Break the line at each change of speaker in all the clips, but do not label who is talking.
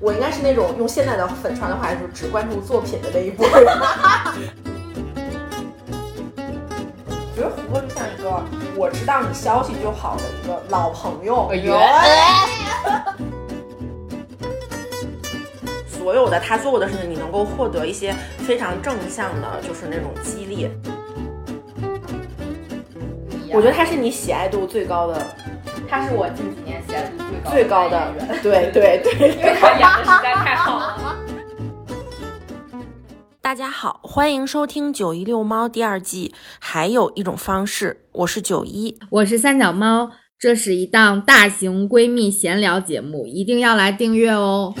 我应该是那种用现在的粉川的话，就是只关注作品的那一波人。觉得胡歌就像一个我知道你消息就好的一个老朋友，
哎呦
所有的他做过的事情，你能够获得一些非常正向的，就是那种激励。我觉得他是你喜爱度最高的，
他是我近几年喜爱度最高
最高的
演员，，
对对对。
因为他演的实在太好了。
大家好，欢迎收听《九一遛猫》第二季，还有一种方式，我是九一。
我是三脚猫，这是一档大型闺蜜闲聊节目，一定要来订阅哦。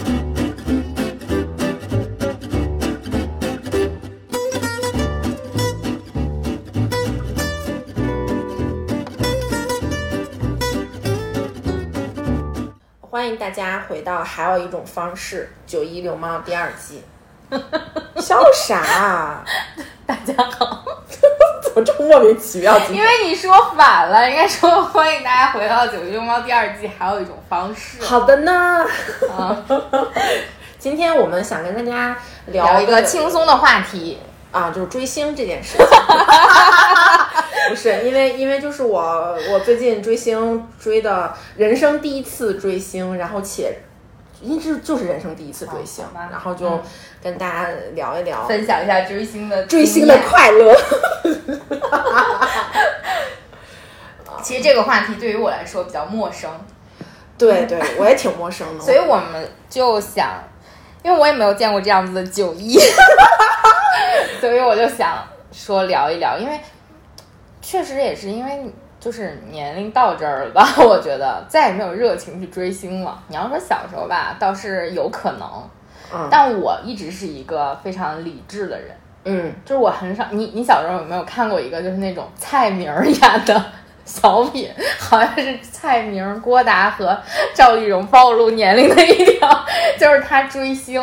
欢迎大家回到《还有一种方式》九一遛猫第二季。
笑啥啊？
大家 好，
怎么这么莫名其妙？
因为你说反了，应该说欢迎大家回到《九一用猫》第二季，还有一种方式
好的呢，
啊，
今天我们想跟大家聊
聊一个
的
轻松的话题。
啊，就是追星这件事情。 不是因为，因为就是我，我最近追星追的人生第一次追星，然后且，因为这就是人生第一次追星
哦好吧，
然后就
嗯
跟大家聊一聊
分享一下追星的
追星
经
的
验
快乐。
其实这个话题对于我来说比较陌生，
对对，我也挺陌生的，
所以我们就想，因为我也没有见过这样子的九一， 所以我就想说聊一聊，因为确实也是因为就是年龄到这儿了吧， 我觉得再也没有热情去追星了。你要说小时候吧，倒是有可能，
嗯
但我一直是一个非常理智的人，
嗯，
就是我很少，你你小时候有没有看过一个就是那种蔡明儿演的小品，好像是蔡明儿、郭达和赵丽蓉暴露年龄的一条，就是他追星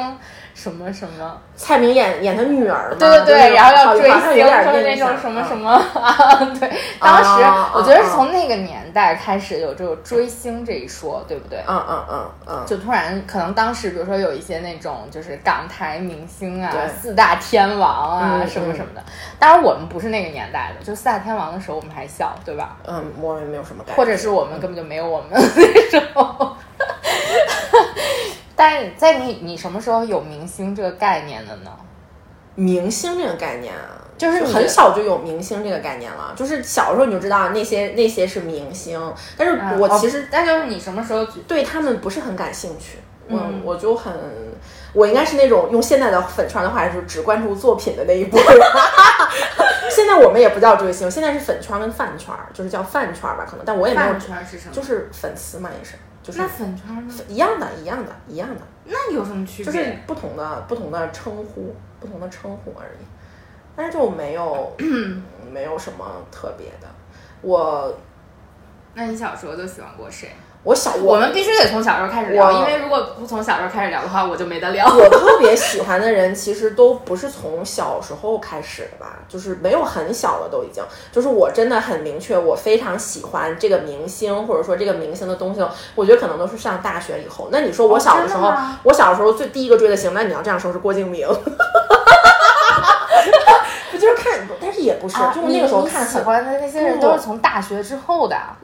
什么什么，
蔡明演演他女儿嘛，
对对对，
就是
然后要追
好像有
星，
点
说的那
印
种
象
什么
嗯
什么 啊，对，当时
啊
我觉得
啊
是
啊
从那个年代开始有这种追星这一说，对不对？
嗯嗯嗯嗯，
就突然可能当时，比如说有一些那种就是港台明星啊
对、
四大天王啊、
嗯
什么什么的。当然我们不是那个年代的，就四大天王的时候我们还小，对吧？
嗯，我也没有什么感觉，
或者是我们根本就没有我们那时候。 但是在你你什么时候有明星这个概念的呢？
明星这个概念啊，
就是你
很小就有明星这个概念了，就是小时候你就知道那些那些是明星，但
啊
是我其实
哦那就是你什么时候觉
对他们不是很感兴趣，我
嗯
我就很。我应该是那种用现在的粉川的话，就是只关注作品的那一波 人。现在我们也不叫追星，现在是粉圈跟饭圈，就是叫饭圈吧，可能，但我也没有
饭，圈是什么？
就是粉丝嘛，也是，就是
那粉圈呢？
一样的，一样的，一样的。
那有什么区别？
就是不同的不同的称呼，不同的称呼而已。但是就没 有没有什么特别的。我
那你小时候就喜欢过谁？
我小
我
我
们必须得从小时候开始
我
聊，因为如果不从小时候开始聊的话，我就没得 聊。
我特别喜欢的人，其实都不是从小时候开始的吧，就是没有很小了都已经。就是我真的很明确，我非常喜欢这个明星，或者说这个明星的东西，我觉得可能都是上大学以后。那你说我小的时候，
哦真的吗
我小时候最第一个追的星，那你要这样说，是郭敬明。 不就是看，但是也不是，啊就是那个时候看
啊喜
很
欢的那些人都是从大学之后的，啊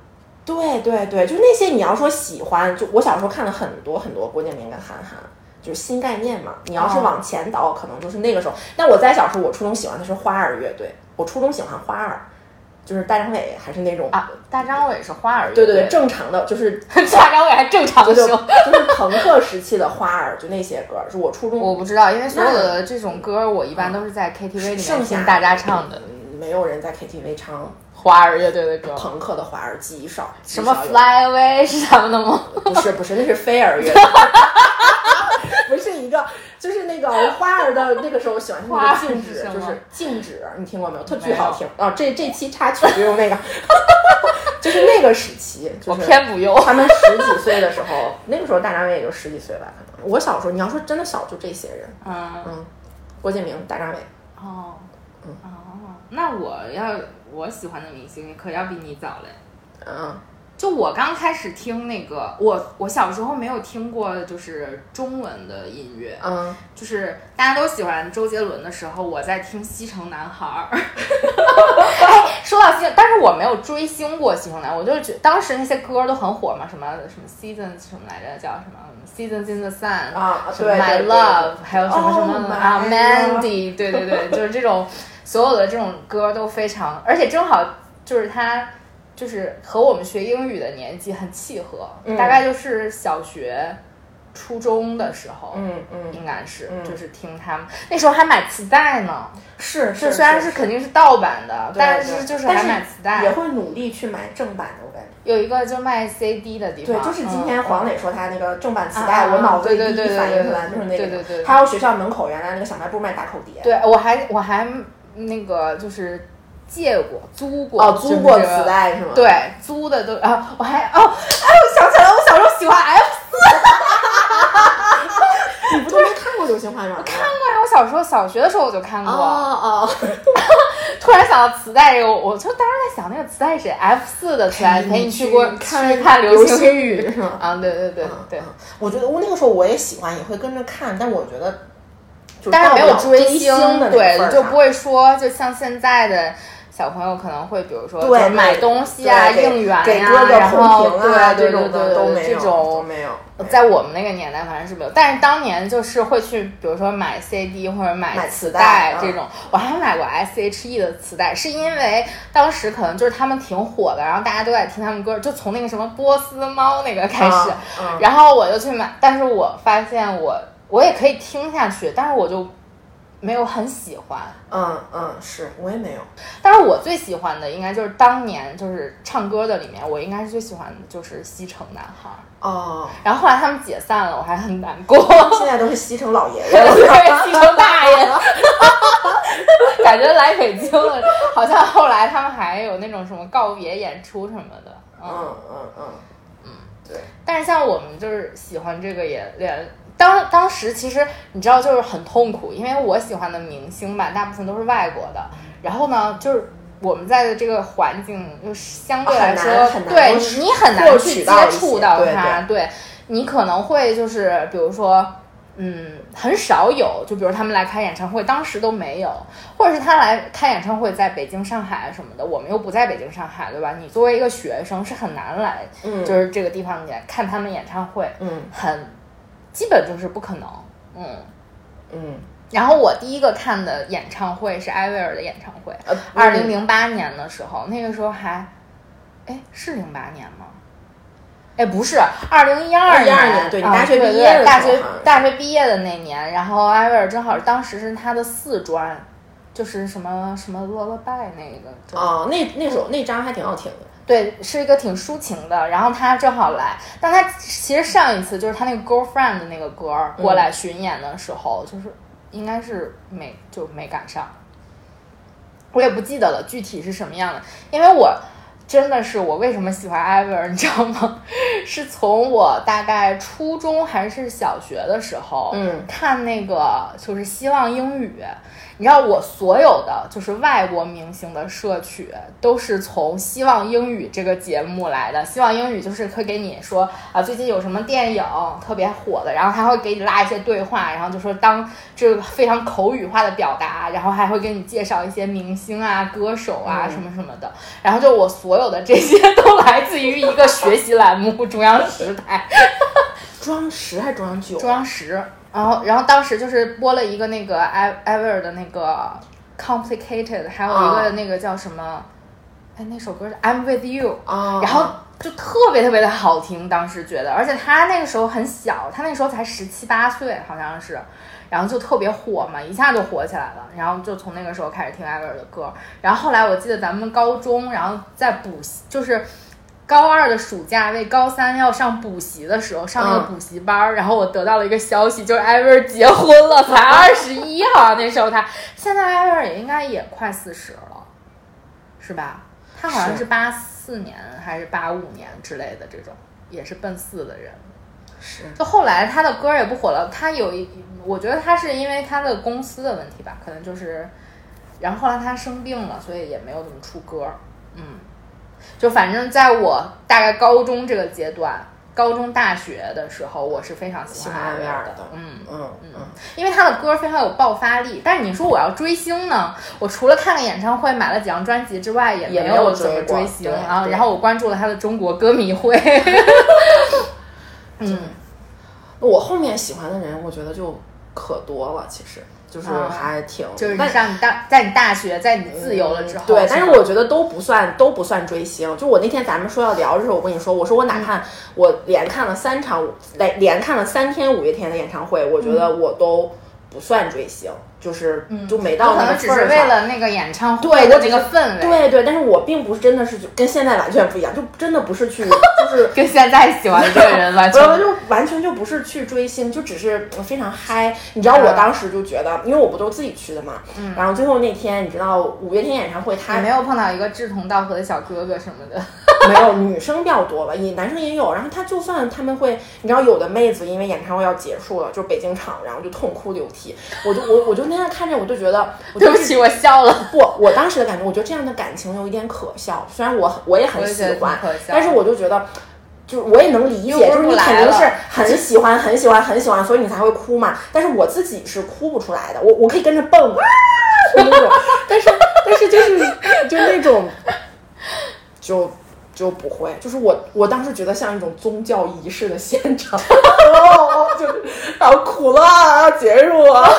对对对，就那些你要说喜欢，就我小时候看了很多很多郭敬明跟韩寒，就是新概念嘛。你要是
哦
往前倒，可能就是那个时候。那我在小时候，我初中喜欢的是花儿乐队，我初中喜欢花儿，就是大张伟还是那种
啊。大张伟是花儿乐
对对对，
队，
正常的 就是
大张伟还正常
就就
说。
就是朋克时期的花儿，就那些歌，是我初中
我不知道，因为所有的这种歌，我一般都是在 KTV 里面
啊剩下嗯
听大家唱的
没有人在 KTV 唱
花儿乐队的歌，
朋克的花儿记忆少，
什么
极少有
Fly Away 是他们的吗？
不是不是，那是飞儿 乐，不是一个，就是那个花儿的那个时候喜欢听
花
那
儿
个静
是
止，
什
就
么
是静止，你听过没有？特
没
巨
有
好听啊！这这期插曲就用那个， 就是那个时期，就
我
是
偏不用。
他们十几岁的时候，那个时候大张伟也就十几岁吧，可能我小时候，你要说真的小就这些人，
嗯，
嗯，郭敬明、大张伟，
哦，哦，那我要我喜欢的明星可要比你早嘞。
嗯，
就我刚开始听那个，我我小时候没有听过就是中文的音乐，
嗯，
就是大家都喜欢周杰伦的时候，我在听《西城男孩》儿。 哎说到西城，但是我没有追星过西城男，我就是觉当时那些歌都很火嘛，什么什么 Season 什么来着，叫什么 Season in the Sun
啊
什么
对对
My
对
Love，还有什么什么
Oh,
啊
my
Mandy，对对对，就是这种所有的这种歌都非常，而且正好就是他。就是和我们学英语的年纪很契合，
嗯
大概就是小学、初中的时候，
嗯嗯，
应该是，
嗯
就是听他们那时候还买磁带呢，
是
就虽然是肯定是盗版的，
对
但
对
是就是
但
还
是
买磁
也
带。
会努力去买正版的，我感觉。
有一个就卖 CD 的地
对
方，，
就是今
嗯
天黄磊说他那个正版磁带，
啊
我脑子里第
对对
一
对对
反应出
对
来就是那
对对
个，
对
还有学校门口原来那个小卖部卖打口碟，
对我还我还那个就是借过租过
哦，
就
租
是
过
这
磁
个
带是吗？
对，租的都啊，我还哦，哎，我想起来了，我小时候喜欢 F
你不都没看过《流星花园》吗？
看过呀，我小时候小学的时候我就看过，
哦哦，
突然想到磁带这个，我我就当时在想那个磁带是 F 四的磁带，陪哎你去过看看
流
星
星雨是吗？
啊，对对对
嗯
对，
嗯我觉得我那个时候我也喜欢，也会跟着看，但我觉得就
但是没有
到不了
追
星的那份
对，
儿
就
上
不会说，就像现在的小朋友可能会，比如说
对
就是买东西啊、
对
应援呀、
给哥哥
然后
红屏啊，
对对
种
对
的
对
都
对
没有，都
这种。
没有。
在我们那个年代，反正是没有，但是当年就是会去，比如说买 CD 或者
买
买
磁
磁
带嗯
带这种。我还买过 S.H.E 的磁带，是因为当时可能就是他们挺火的，然后大家都在听他们歌，就从那个什么波斯猫那个开始，
啊嗯
然后我就去买，但是我发现我我也可以听下去，但是我就没有很喜欢。
嗯嗯，是我也没有。
但是我最喜欢的应该就是当年就是唱歌的里面，我应该是最喜欢的就是西城男孩。
哦，
然后后来他们解散了，我还很难过。
现在都是西城老爷爷了。
对，西城大爷，感觉来北京了。好像后来他们还有那种什么告别演出什么的，嗯
嗯嗯嗯，
但是像我们就是喜欢这个也也当当时其实你知道就是很痛苦，因为我喜欢的明星吧，大部分都是外国的。然后呢，就是我们在的这个环境，就是相对来说，
很难很难
对
获
你你很
获
难
取
去
到一
接
些
触到
对
他，对你可能会就是比如说。嗯，很少有，就比如他们来开演唱会，当时都没有，或者是他来开演唱会，在北京、上海什么的，我们又不在北京、上海，对吧？你作为一个学生是很难来，
嗯
就是这个地方演看他们演唱会，
嗯
很基本就是不可能，嗯。
嗯，
然后我第一个看的演唱会是艾薇儿的演唱会，
呃
二零零八年的时候，那个时候还，哎，是零八年吗？哎，不是，二零一二
2012年对你
啊
大学
对
毕业的
对大
时候
学
好像是
大学毕业的那年，然后艾薇儿正好当时是她的四专，就是什么什么 lullaby 那个，对
哦，那那首那张还挺好听的。
对，是一个挺抒情的。然后他正好来，但他其实上一次就是他那个 girlfriend 的那个歌儿过来巡演的时候，就是应该是没就没赶上，我也不记得了具体是什么样的，因为我。真的是我为什么喜欢艾薇儿，你知道吗？ 是从我大概初中还是小学的时候，
嗯
看那个就是《希望英语》，你知道我所有的就是外国明星的摄取都是从《希望英语》这个节目来的，《希望英语》就是会给你说啊，最近有什么电影特别火的，然后他会给你拉一些对话，然后就说当这个非常口语化的表达，然后还会给你介绍一些明星啊、歌手啊什么什么的，然后就我所有的这些 都来自于一个学习栏目中央十台。
装十还装九？
中央十，然后然后当时就是播了一个那个艾艾薇儿的那个 Complicated，还有一
啊
个那个叫什么，哎那首歌是 I'm with you，
哦，
然后就特别特别的好听，当时觉得，而且他那个时候很小，他那时候才十七八岁，好像是。然后就特别火嘛，一下就火起来了。然后就从那个时候开始听艾薇儿的歌。然后后来我记得咱们高中，然后在补习，就是高二的暑假为高三要上补习的时候，上那个
嗯
补习班儿。然后我得到了一个消息，就是艾薇儿结婚了，才二十一，好像那时候她现在艾薇儿也应该也快四十了，是吧？她好像
是
是八四年还是八五年之类的这种，也是奔四的人。
是
就后来他的歌也不火了，他有一，我觉得他是因为他的公司的问题吧，可能就是，然后后来他生病了，所以也没有怎么出歌，嗯，就反正在我大概高中这个阶段，高中大学的时候，我是非常喜欢
喜欢艾
薇
薇
儿
儿的
嗯，
嗯嗯，
因为她的歌非常有爆发力。但是你说我要追星呢，我除了看了演唱会、买了几张专辑之外，也
也没
有
有
怎么
追过
追星
对
啊。
对
然后我关注了她的中国歌 迷会，
我后面喜欢的人，我觉得就可多了，其实就是
啊
还挺，
就是
但
你上你大，在你大学，在你自由了之后，
嗯对，但是
吧
我觉得都不算都不算追星。就我那天咱们说要聊的时候，我跟你说，我说我
嗯
哪看、我连看了三场，连连看了三天五月天的演唱会，我觉得
嗯
我都不算追星，就是、就没到
可
那个
能只
份
是
儿
为
上。
了那个演唱
对
会的
我
这
只
个
是
氛围，，
对对，但是我并不是真的是就跟现在完全不一样，就真的不是去 就是。
跟现在喜欢这 个人完
不
全
是
不一样。
就完全就不是去追星，就只是非常嗨。你知道我
啊
当时就觉得，因为我不都自己去的嘛，然后最后那天你知道五月天演唱会，他
你嗯没有碰到一个志同道合的小哥哥什么的，
没有，女生比较多吧，也男生也有。然后他就算他们会，你知道有的妹子因为演唱会要结束了，就是北京场，然后就痛哭流涕。我就我我就那样看着，我就觉得，我
对
就
不起，我笑了。
不，我当时的感觉，我觉得这样的感情有一点可笑。虽然我很我也很喜
我也觉得
欢
挺可笑，
但是我就觉得。就是我也能理
又
解，
不
就是
不
你
来
肯定
了
是很喜欢、很喜欢、很喜欢，所以你才会哭嘛。但是我自己是哭不出来的，我我可以跟着蹦啊，就那种， 但是但是就是就那种，就就不会，就是我我当时觉得像一种宗教仪式的现场， 哦，就是然后苦了啊，结束啊，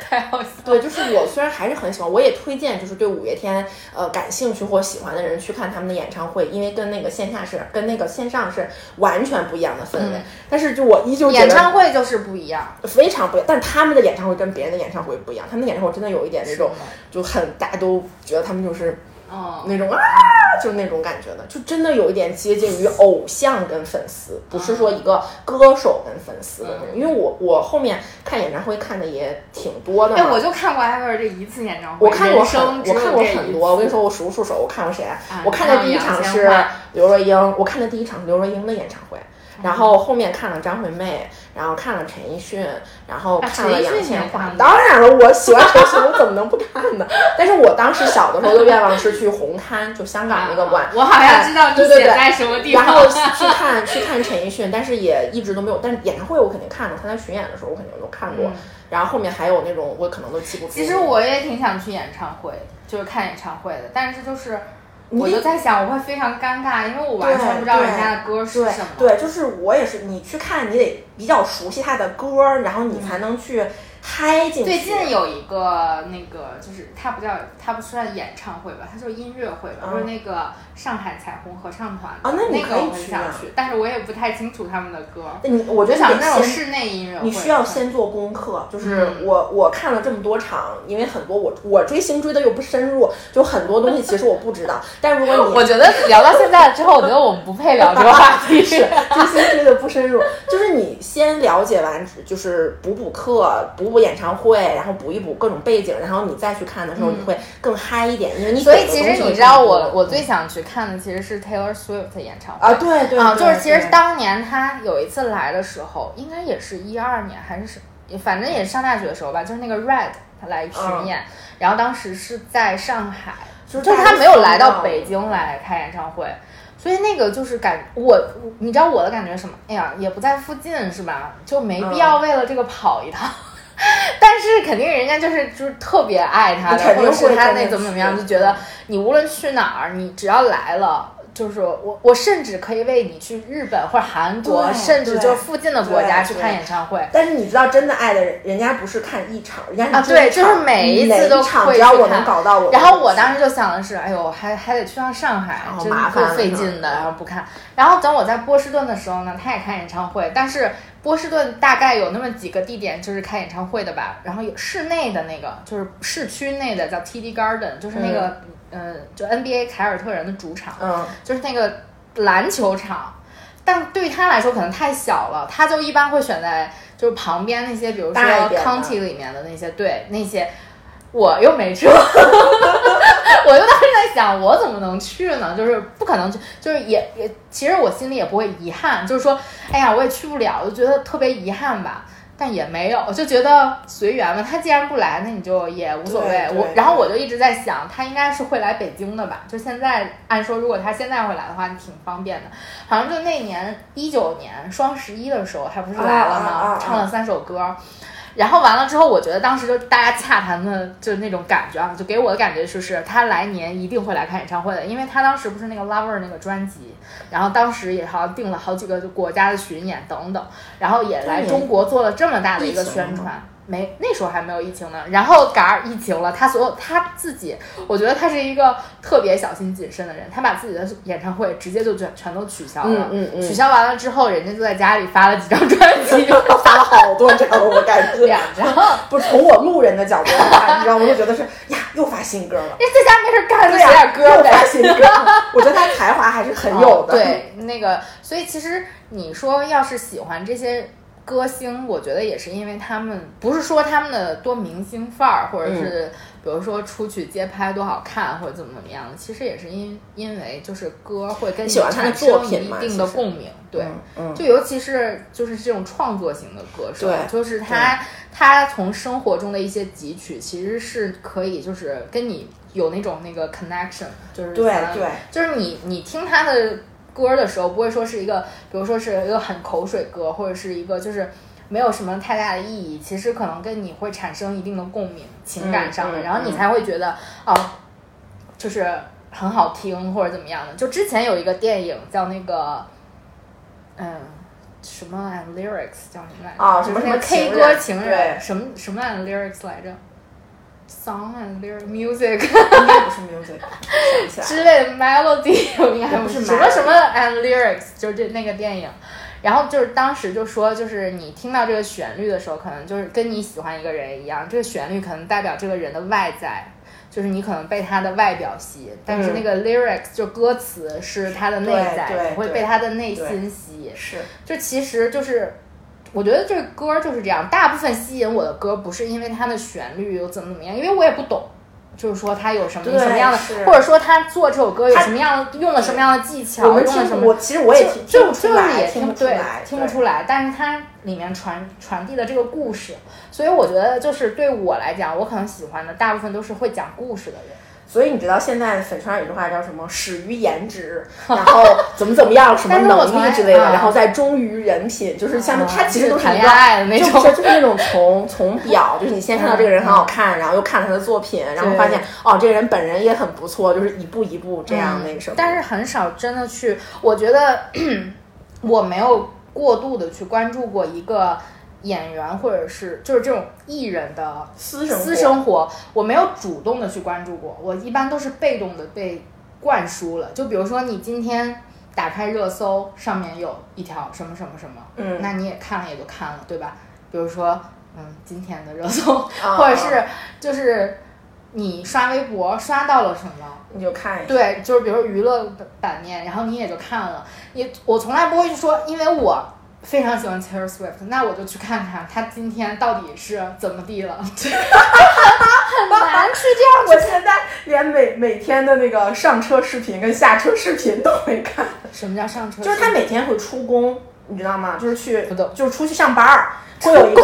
太好笑了。
对，就是我虽然还是很喜欢，我也推荐就是对五月天呃感兴趣或喜欢的人去看他们的演唱会，因为跟那个线下是跟那个线上是完全不一样的氛围。但是就我依旧觉得
嗯演唱会就是不一样，
非常不一样，但他们的演唱会跟别人的演唱会不一样，他们的演唱会真的有一点那种
是吗
就很大家都觉得他们就是
嗯，
那种啊，就是那种感觉的，就真的有一点接近于偶像跟粉丝，不是说一个歌手跟粉丝的
嗯
那种。因为我我后面看演唱会看的也挺多的嘛，
哎，我就看过艾薇儿这一次演唱
嗯
会，
我看过
人
很
生，只
我
有
看过
这
很
一
多。我跟你
次
说，，我数不出手。我看过谁啊？
啊
我看的
你
第一
看过
场
杨
是
千嬅嗯
刘若英，我看的第一场是刘若英的演唱会，然后后面看了张惠妹，然后看了陈奕迅，然后
啊
看了
陈奕迅
杨
你
千
也看
嬅。
了
当然了，我喜欢陈奕迅，我怎么能不看呢？但是我当时小的时候的愿望是去红磡，就香港那个馆哎
啊。我好像知道你
对对
写
对
在什么地
然
方。
后 去看去看陈奕迅，但是也一直都没有。但是演唱会我肯定看过，他在巡演的时候我肯定都看过。
嗯
然后后面还有那种我可能都记不住。
其实我也挺想去演唱会，就是看演唱会的，但是就是我就在想，我会非常尴尬，因为我完全不知道人家的歌是
对
什么。
对，就是我也是，你去看你得比较熟悉他的歌儿，然后你
嗯
才能去嗨进去。
最近有一个那个，就是它不叫它不算演唱会吧，它就是音乐会吧，
嗯
就是那个上海彩虹合唱团的
啊那你
个我
可以
很
去
想
啊
去，但是我也不太清楚他们的歌。
你，我
我
觉
就
得你
想那
得
种
先。
室内音乐会，
你需要先做功课，就是
嗯
我我看了这么多场，因为很多我我追星追的又不深入，就很多东西其实我不知道。但如果你
我觉得聊到现在了之后，我觉得我们不配聊这 个话题。
是追星追的不深入，就是你先了解完，就是补补课、补补演唱会，然后补一补各种背景，然后你再去看的时候，你会更嗨一点，因为你
嗯所
懂
以
的
其
东
实
西
你
会
知道
更
我
多嗯
我最想去看的其实是 Taylor Swift 的演唱会
啊，对对
啊，
对
就是其实
对
当年他有一次来的时候，应该也是一二年还是什，反正也是上大学的时候吧，就是那个 Red 他来巡演，然后当时是在上海，
嗯就是
就是
大
他
家
没有
都
来
知
到
道
北京来开演唱会。所以那个就是感我，你知道我的感觉是什么？哎呀，也不在附近是吧？就没必要为了这个跑一趟。
嗯
但是肯定人家就是就是特别爱他的，
肯
或
定
者是
会
他
跟
那
着
怎么怎么样，
去
就觉得你无论去哪儿，你只要来了。就是我，我甚至可以为你去日本或者韩国，
对
甚至
对
就是附近的国家
对
去
对
看演唱会。
但是你知道，真的爱的人，人家不是看一场，人家
啊
追
对
场
就是每一
一
次都
场，
会
只要
去
我
看
能搞到我。
然后我当时就想的是，哎呦，还还得去趟上海，
好
真
麻
够
烦了
费
是吧
劲的。然后不看。然后等我在波士顿的时候呢，他也开演唱会，但是波士顿大概有那么几个地点就是开演唱会的吧。然后有室内的那个，就是市区内的叫 TD Garden，就是那个嗯、呃就 NBA 凯尔特人的主场。
嗯，
就是那个篮球场，但对于他来说可能太小了，他就一般会选在就是旁边那些，比如说
大一点的
county 里面的那些，对那些。我又没车， 我就当时在想，我怎么能去呢？就是不可能去，就是也也，其实我心里也不会遗憾，就是说，哎呀，我也去不了，就觉得特别遗憾吧。但也没有，就觉得随缘嘛。他既然不来，那你就也无所谓
对。对
我然后我就一直在想，他应该是会来北京的吧？就现在，按说如果他现在会来的话，挺方便的。好像就那年一九年双十一的时候，他不是来了吗？
啊啊啊啊
唱了三首歌。然后完了之后，我觉得当时就大家洽谈的就那种感觉啊，就给我的感觉就是他来年一定会来看演唱会的，因为他当时不是那个 Lover 那个专辑，然后当时也好像定了好几个国家的巡演等等，然后也来中国做了这么大的一个宣
疫情了
传。没，那时候还没有疫情呢。然后赶上疫情了，他所有他自己，我觉得他是一个特别小心谨慎的人，他把自己的演唱会直接就全全都取消了。
嗯嗯嗯
取消完了之后，人家就在家里发了几张专 辑，
发了好多张，我感觉
两张。
不是从我路人的角度看，你知道吗，我就觉得是呀，又发新歌 了。
那哎在家没事干就
对
写
呀，
点歌
又发
呗。
新歌了。我觉得他才华还是很有的。
哦对，那个，所以其实你说要是喜欢这些歌星，我觉得也是因为他们不是说他们的多明星范儿，或者
嗯
是比如说出去街拍多好看或者怎么怎么样，其实也是因因为就是歌会跟你
喜欢他的
产生
作品
一
嘛
定
其
的
实
共鸣，对。
嗯，嗯，
就尤其是就是这种创作型的歌手，
对
就是他他从生活中的一些汲取，其实是可以就是跟你有那种那个 connection，就是
对
咱
对，
就是你你听他的歌的时候，不会说是一个，比如说是一个很口水歌，或者是一个就是。没有什么太大的意义，其实可能跟你会产生一定的共鸣，情感上
嗯
的，
嗯
然后你
嗯
才会觉得哦，就是很好听或者怎么样的。就之前有一个电影叫那个，嗯，什么 and lyrics 叫什么来着？
啊
就
什么
是
什么
那个 K
情
歌
人
情
对
人，什么什么 and lyrics 来着？Song and lyric music
应该不是 music，想不 起来了。
之类的 melody，我应 该
不是
什么
melody
什么 and lyrics，就是这那个电影。然后就是当时就说，就是你听到这个旋律的时候，可能就是跟你喜欢一个人一样，这个旋律可能代表这个人的外在，就是你可能被他的外表吸引，但是那个 lyrics 就歌词是他的
嗯
内
对对
在，你会
对
被他的内心吸引。
是，
就其实就是，我觉得这歌就是这样，大部分吸引我的歌不是因为它的旋律有怎么怎么样，因为我也不懂。就是说它有什么
对
什么样的
是，
或者说他做这首歌有
它
什么样的，用了什么样的技巧，
我们
用了什
听
么
我其实我也听
就
听不
就
出
是
来，
也
听不出
对
来，
听不
对
出来，但是它里面传传递的这个故事，所以我觉得就是对我来讲，我可能喜欢的大部分都是会讲故事的人。
所以你知道现在粉圈有句话叫什么“始于颜 值”，然后怎么怎么样， 什么
但是我从
能
来
力之类的，
啊
然后再忠于人品，就是像
啊
他其实都是
谈
一
恋
个
爱的那
就
种
就就是那种嗯从 从表，就是你先看到这个人很好看，然后又看了他的作品，然后发现哦，这个人本人也很不错，就是一步一步这样那个什么。
但是很少真的去，我觉得 我没有过度的去关注过一个演员或者是就是这种艺人的
私生活
私生活，我没有主动的去关注过，我一般都是被动的被灌输了。就比如说你今天。打开热搜，上面有一条什么什么什么，
嗯
那你也看了也就看了，对吧？比如说，嗯，今天的热搜，
啊
或者是就是你刷微博刷到了什么，
你就看一下，
对，就是比如娱乐版面，然后你也就看了。你我从来不会去说，因为我非常喜欢 Taylor Swift，那我就去看看她今天到底是怎么地了。 很难去 这
我
样子。
现在连每每天的那个上车视频跟下车视频都会看。
什么叫上车？
就是他每天会出工，你知道吗？就是去
不懂
就是出去上班儿，会有一个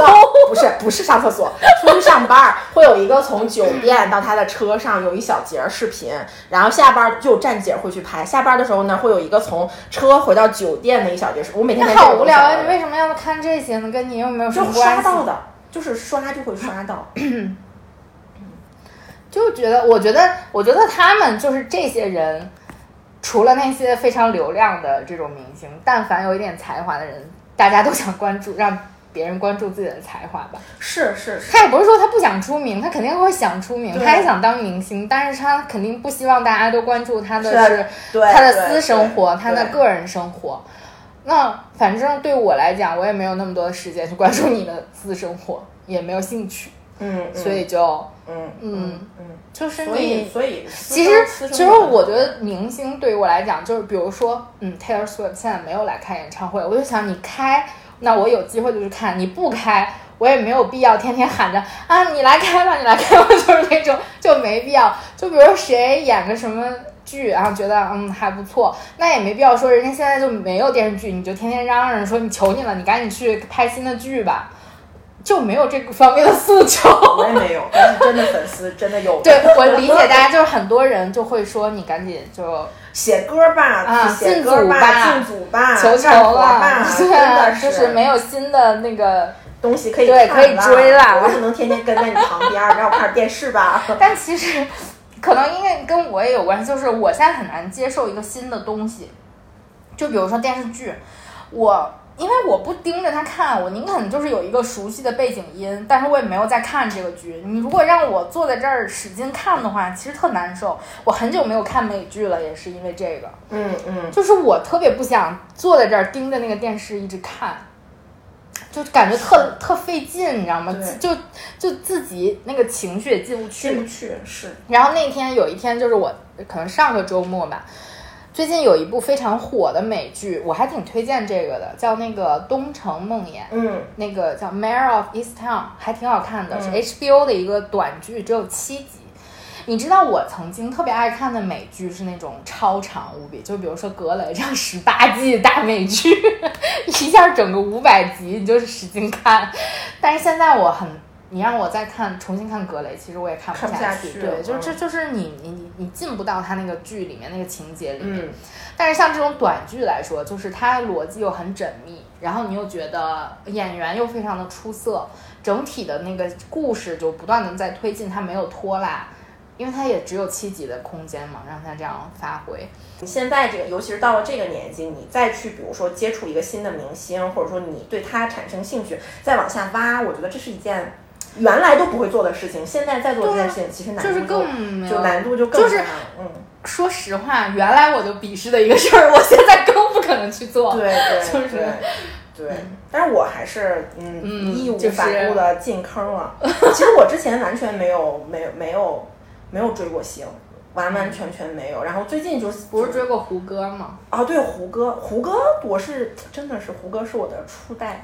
不是不是上厕所，出去上班儿会有一个从酒店到他的车上有一小节儿视频，然后下班儿就有站姐会去拍。下班儿的时候呢，会有一个从车回到酒店的一小节视。我每天
那
在
好无聊啊！
呀，
你为什么要看这些呢？跟你又没有什么
就
关
刷
系。
到的，就是刷就会刷 到。
就觉得，我觉得，我觉得他们就是这些人，除了那些非常流量的这种明星，但凡有一点才华的人，大家都想关注，让别人关注自己的才华吧。
是是是，
他也不是说他不想出名，他肯定会想出名，
对
他也想当明星，但是他肯定不希望大家都关注他的
是啊
是
对
他的
对
私生活，
对
他的
对
个人生活。那反正对我来讲，我也没有那么多的时间去关注你的私生活，也没有兴趣，
嗯，嗯
所以就
嗯
嗯
嗯，
就是
所以
你。
所以私
其
生
实，
私生
其实
活
我觉得明星对于我来讲，就是比如说，嗯，Taylor Swift 现在没有来看演唱会，我就想你开，那我有机会就去看；你不开，我也没有必要天天喊着啊，你来开吧，你来开吧，就是那种就没必要。就比如谁演个什么剧，然后觉得嗯还不错，那也没必要说人家现在就没有电视剧，你就天天嚷嚷着说你求你了，你赶紧去拍新的剧吧。就没有这个方面的诉 求。
我也没有，但是真的粉丝真的有。
对我理解大家，就是很多人就会说你赶紧就
写歌吧，
啊
去写
进
歌
组
吧，
吧
进组吧，
求求
干活
啊了
吧，， 真的
对， 就是没有新的那个。
东西可以
对
看
可以追啦
我不能天天跟在你旁边，让我看点电视 吧。
但其实可能因为跟我也有关系，就是我现在很难接受一个新的东西，就比如说电视剧，我。因为我不盯着它看，我宁肯就是有一个熟悉的背景音，但是我也没有在看这个剧。你如果让我坐在这儿使劲看的话，其实特难受。我很久没有看美剧了，也是因为这个。
嗯嗯，
就是我特别不想坐在这儿盯着那个电视一直看，就感觉特特费劲，你知道吗？
对
就就自己那个情绪也进不
进不
去。
去是，
然后那天有一天就是我可能上个周末吧，最近有一部非常火的美剧，我还挺推荐这个的，叫那个《东城梦魇》。
嗯
那个叫《Mayor of East Town》，还挺好看的，
嗯
是 HBO 的一个短剧，只有七集。你知道我曾经特别爱看的美剧是那种超长无比，就比如说《格雷》这样十八季大美剧， 一下整个五百集，你就是使劲看。但是现在我很，你让我再看重新看《格雷》，其实我也看不
看不
下
下去
对，就
嗯
这就是你你你你进不到他那个剧里面那个情节里面。
嗯，
但是像这种短剧来说，就是它逻辑又很缜密，然后你又觉得演员又非常的出色，整体的那个故事就不断的在推进，它没有拖拉，因为它也只有七集的空间嘛，让它这样发挥。
你现在这个，尤其是到了这个年纪，你再去比如说接触一个新的明星，或者说你对他产生兴趣，再往下挖，我觉得这是一件原来都不会做的事情，现在再做这件事情，其实难
啊就是
度
更没有
就难度就更
就是
大了嗯，
说实话，原来我就鄙视的一个事儿，我现在更不可能去做。
对对，
就是
对对，但是我还是嗯
嗯
义无
就是
反顾的进坑 了。其实我之前完全没有没有没有没有追过星，完完全全没有。然后最近就是
不是追过胡歌 吗？
啊，对胡歌，胡歌我是真的是胡歌是我的初 代，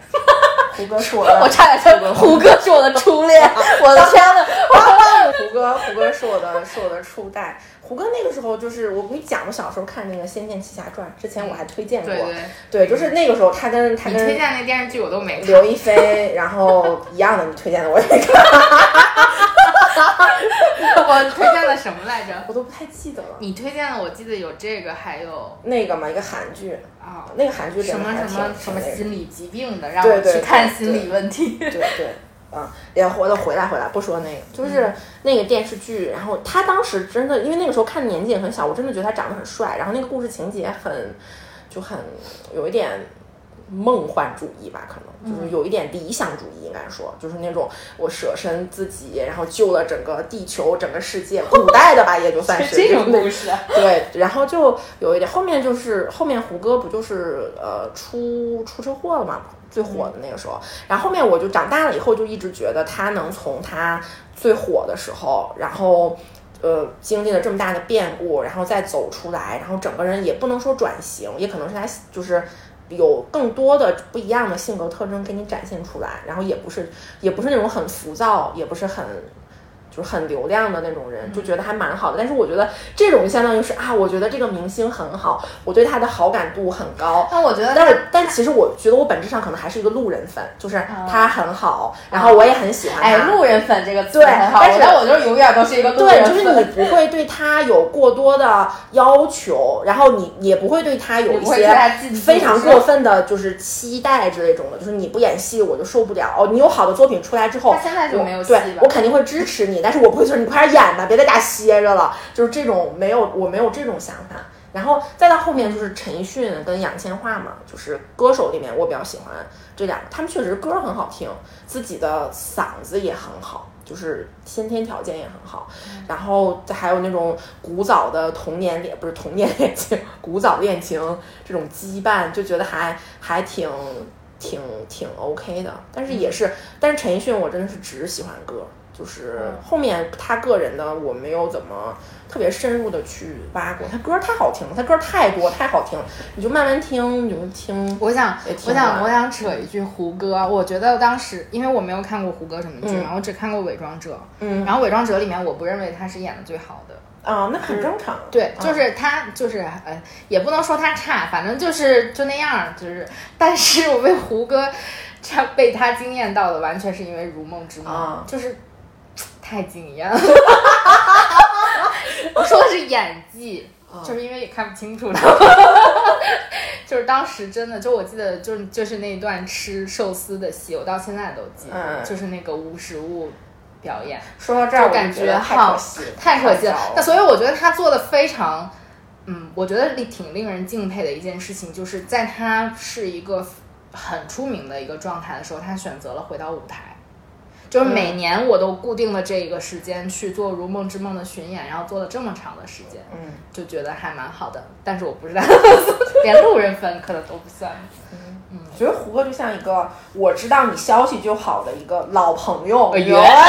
胡歌是我
我
的。
差点说胡歌是我的初恋，我的天呐！
胡歌，胡歌是我的，是我的初代。胡歌那个时候就是我跟你讲，我小时候看那个《仙剑奇侠传》，之前我还推荐过，
对对，
对就是那个时候他跟他
你
跟
推荐那电视剧我都没看。
刘亦菲，然后一样的，你推荐的我也没看，
我推荐了什么来着？
我都不太记得了。
你推荐的我记得有这个，还有
那个嘛，一个韩剧，
啊、
那个韩剧
什
真的
么
还
什
挺
么什么心理疾病的，让
对
我
对
去看
对
心理问 题。
对对，啊，也回的回来回来，不说那个，就是那个电视剧。然后他当时真的，因为那个时候看年纪也很小，我真的觉得他长得很帅。然后那个故事情节很，就很有一点梦幻主义吧，可能
嗯
就是有一点理想主义，应该说就是那种我舍身自己，然后救了整个地球、整个世界，古代的吧，也就算是
这种
就是那
故事，
对，然后就有一点，后面就是后面胡歌不就是呃出出车祸了嘛，最火的那个时候。然后后面我就长大了以后，就一直觉得他能从他最火的时候，然后。呃，经历了这么大的变故，然后再走出来，然后整个人也不能说转型，也可能是他就是有更多的不一样的性格特征给你展现出来，然后也不是也不是那种很浮躁，也不是很就是很流量的那种人，就觉得还蛮好的。但是我觉得这种相当于是啊，我觉得这个明星很好，我对他的好感度很高。
但我觉得
但
他
是，但其实我觉得我本质上可能还是一个路人粉，就是
啊
他很好，然后我也很喜欢他。
哎，路人粉这个词
对
很好，
但是
但我就是永远都是一个路
对，
人
就
粉。
是你不会对他有过多的要求，然后你也不会对他有
你
一
不会
些
对他进行
非常
是吧
过分的，就是期待之类这种的，就是你不演戏我就受不了。哦，你有好的作品出来之后，
他现在就
我
没有戏
对
吧
我肯定会支持你，但是我不会说你快点演吧，别在家歇着了，就是这种没有，我没有这种想法。然后再到后面就是陈奕迅跟杨千嬅嘛，就是歌手里面我比较喜欢这两个，他们确实歌很好听，自己的嗓子也很好，就是先天条件也很好，然后还有那种古早的童年恋，不是童年恋情，古早恋情这种羁绊，就觉得还还挺挺挺 OK 的。但是
嗯
也是，但是陈奕迅我真的是只喜欢歌，就是
嗯
后面他个人的我没有怎么特别深入的去挖过，他歌太好听了，他歌太多太好听了，你就慢慢听，你就听。
我想
也，挺
我
好
想，我想扯一句胡歌。我觉得当时，因为我没有看过胡歌什么剧嘛，
嗯
我只看过《伪装者》。
嗯
然后《伪装者》里面，我不认为他是演的最好的。
啊，那
嗯
很正常。
对，就
啊
是他，就是呃，也不能说他差，反正就是就那样儿，就是。但是我被胡歌这样被他惊艳到的，完全是因为《如梦之梦》
啊
就是太惊艳了。我说的是演技，就是因为也看不清楚他。 就是当时真的，就我记得，就是就是那一段吃寿司的戏，我到现在都记得，
嗯
就是那个无实物表演，
说到这儿，
就感
我
觉
觉得太
好
可惜了，
太可惜了
糟。
那所以我觉得他做的非常，嗯，我觉得令挺令人敬佩的一件事情，就是在他是一个很出名的一个状态的时候，他选择了回到舞台。就是每年我都固定的这一个时间去做《如梦之梦》的巡演，然后做了这么长的时间，
嗯，
就觉得还蛮好的。但是我不知道， 连路人粉可能都不算。
我觉得胡歌就像一个我知道你消息就好的一个老朋友，
哎呦
有啊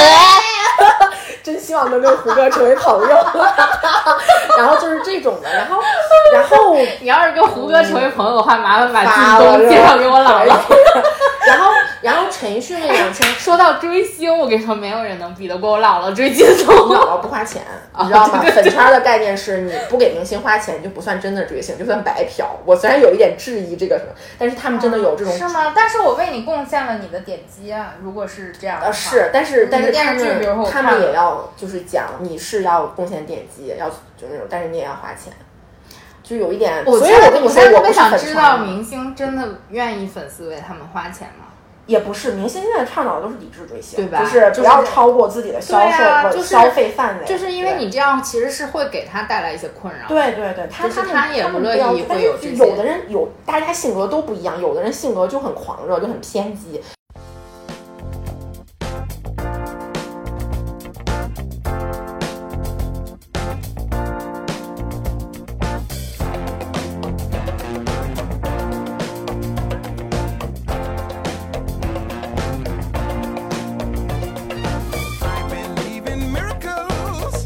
真希望能跟胡歌成为朋友。 然后就是这种的，然后然后
你要是跟胡歌成为朋友的话，麻烦把
发
靳
了
东介绍给我姥姥。
然后然后陈奕迅那两天。
说到追星，我跟你说，没有人能比得过我姥姥追金
你
童。
姥姥不花钱，你知道吗？粉圈的概念是你不给明星花钱，你就不算真的追星，就算白嫖。我虽然有一点质疑这个什么，但是他们真的有这种
是吗？但是我为你贡献了你的点击啊！如果是这样的话
呃，是，但是
嗯
但是
电
他
视剧比如说
们
我
他
看
们
了
也要就是讲你是要贡献点击，要就那种，但是你也要花钱，就有一点。
我
所以
现在
我跟你
我
说
现，在
我
特
不
别
是
想
很
知道
传
明星真的愿意粉丝为他们花钱吗？
也不是明星现在倡导的都是理智追星，
对吧
就是
就是
不要超过自己的销售、
对啊
不
就是
消费范围，
就是因为
对
你这样其实是会给他带来一些困扰。，
对对对，他
就是
们
他
他
也不
们
乐
要
意
但
会
是
有这
有
些
的人有，大家性格都不一样，有的人性格就很狂热，就很偏激。
believe in miracles.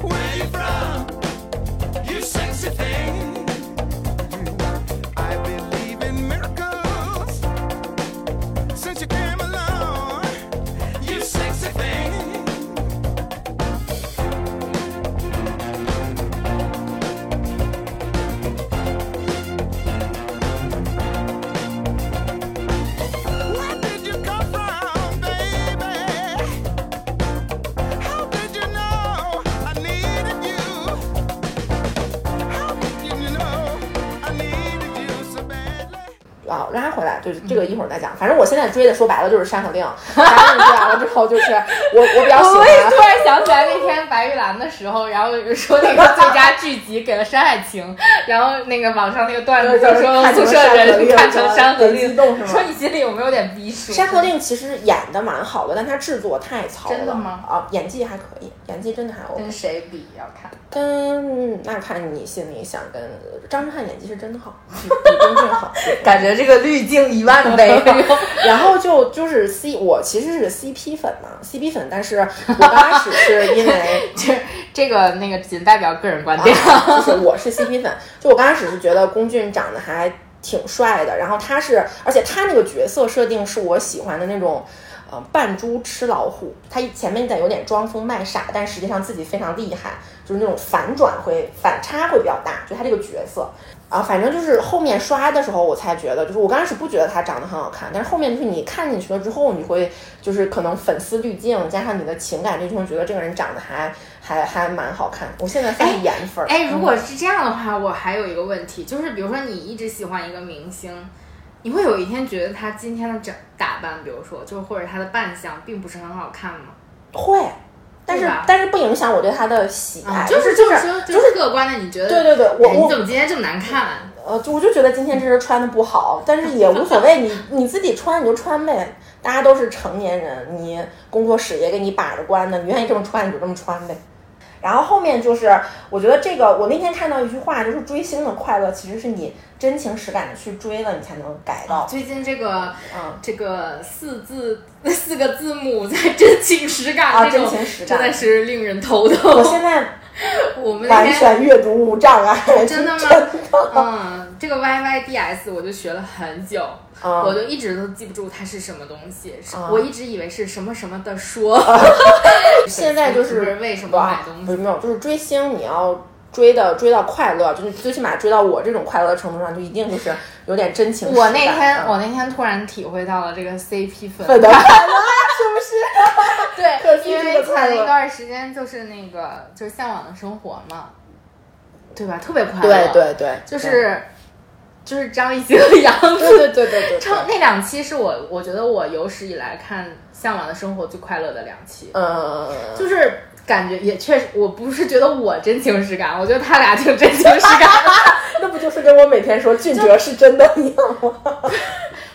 Where you from? You sexy thing. I believe in miracles. Since you came along, you sexy thing. Where did you come from, baby? How did you know I needed you? How did you know I needed you so badly?
啊，拉回来，就是
嗯
这个一会儿再讲。反正我现在追的，说白了就是《山河令》， 大家追完了之后，就是我我比较喜
我
欢
也突然想起来那天白玉兰的时候，然后说那个最佳剧集给了《山海情》，然后那个网上那个段子就说宿舍人看成《山河
很
令
激动》，是吗
说？你心里有没有点逼数？
《山河令》其实演的蛮好的，但它制作太糙了。
真的吗
啊，演技还可以，演技真的还 OK
跟。谁比要看？
跟那看你心里想跟张震瀚演技是真的好，比比真正好。
感觉这个滤镜一万 倍。
然后就就是 C，我其实是 CP 粉嘛，CP 粉，但是我刚开始是因为
这这个那个仅代表个人观点。
啊，就是我是 CP 粉，就我刚开始是觉得龚俊长得还挺帅的，然后他是，而且他那个角色设定是我喜欢的那种。呃，扮猪吃老虎，他前面得有点装疯卖傻，但实际上自己非常厉害，就是那种反转会反差会比较大，就他这个角色啊，反正就是后面刷的时候我才觉得，就是我刚开始不觉得他长得很好看，但是后面就是你看进去了之后，你会就是可能粉丝滤镜加上你的情感滤镜，觉得这个人长得还还还蛮好看。我现在算是颜粉儿，
哎，如果是这样的话，我还有一个问题，就是比如说你一直喜欢一个明星，你会有一天觉得他今天的整打扮，比如说就或者他的扮相，并不是很好看吗？
会，但是
对吧嗯
但是不影响我对他的喜爱，
啊就是
哎就是
说
就
就是客观的，你觉得
对对对我我
哎你怎么今天这么难看？
呃，就我就觉得今天这身穿的不好，但是也无所谓，你你自己穿你就穿呗，大家都是成年人，你工作室也给你把着关呢，你愿意这么穿你就这么穿呗。然后后面就是，我觉得这个，我那天看到一句话，就是追星的快乐其实是你真情实感的去追了，你才能改到。
最近这个
嗯，
这个四字四个字母在真情实
啊
感这种，
真情实
真
感
的是令人头
我
痛。
现在
我们那
完
天
全阅读无障碍，
真的吗
真
嗯，这个 Y Y D S 我就学了很久，
嗯
我就一直都记不住它是什么东西，是
啊
我一直以为是什么什么的说。
嗯 现在就是
粉丝不是为什么买东
不是
西？
没有，就是追星，你要追的追到快乐，就是最起码追到我这种快乐的程度上，就一定就是有点真情实感。
我那天
嗯
我那天突然体会到了这个 CP 粉
粉的嗯快乐是不是？
对，因为
快
前
乐
一段时间就是那个就是向往的生活嘛，对吧？特别快 乐，
对，对对，
就是就是张艺兴和杨紫
对对对对对对，
唱那两期是我我觉得我有史以来看《向往的生活》最快乐的两期，
嗯，
就是感觉也确实，我不是觉得我真情实感，我觉得他俩挺真情实 感的，
那不就是跟我每天说俊哲是真的一样吗？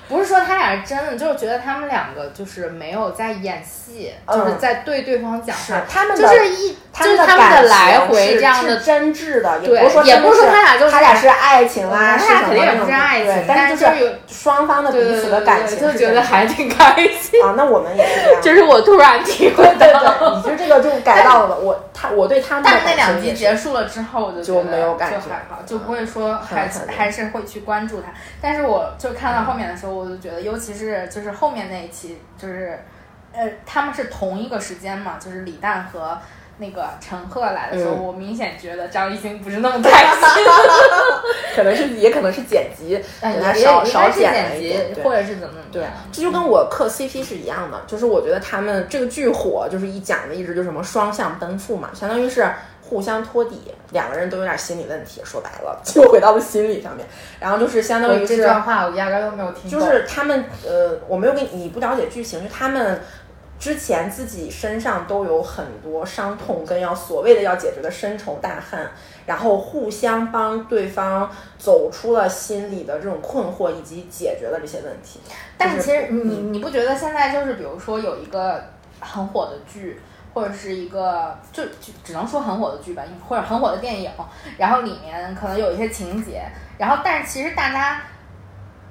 不是说他俩是真的，就是觉得他们两个就是没有在演戏，
嗯
就是在对对方讲话，
他们的
就是一就是
的
他们
感
的
情
来回
是
这样的
是真挚的，
对
也不是说
也
真的
不是说他俩就是
他俩是爱情啊啦，
他
是什么
俩肯定也
那
不
种
是爱
对
情
但
但
是
是就是有
双方的彼
对对
此
对
的
对
感
对，
情
就是觉
这
得
样
还挺开心。
啊，那我们也是这样。
这是我突然体会
对对对，
到，
你就这个就改到了我他我对他们的
但是
感
那两
情
集
也是
结束了之后，我就
就
觉得
没有感觉
就还好，就不会说还是
嗯
还是会去关注它。但是我就看到后面的时候，我就觉得，尤其是就是后面那一期，就是呃，他们是同一个时间嘛，就是李诞和。那个陈赫来的时候，
嗯
我明显觉得张艺兴不是那么开心，
可能是也可能是剪辑，
哎
给他
也
少
也
少
应该是
剪了一
剪
点，
辑
对
或者是怎么怎
对
么样。，
这就跟我磕 CP 是一样的，就是我觉得他们这个剧火，就是一讲的一直就是什么双向奔赴嘛，相当于是互相托底，两个人都有点心理问题，说白了就回到了心理上面，然后就是相当于
我这
是
段话我压根儿都没有听
就
嗯懂。
是他们呃，我没有跟你你不了解剧情，就他们之前自己身上都有很多伤痛跟要所谓的要解决的深仇大恨，然后互相帮对方走出了心里的这种困惑，以及解决了这些问题。
但
就是嗯
其实你你不觉得现在就是比如说有一个很火的剧，或者是一个就就只能说很火的剧吧，或者很火的电影，然后里面可能有一些情节，然后但是其实大家。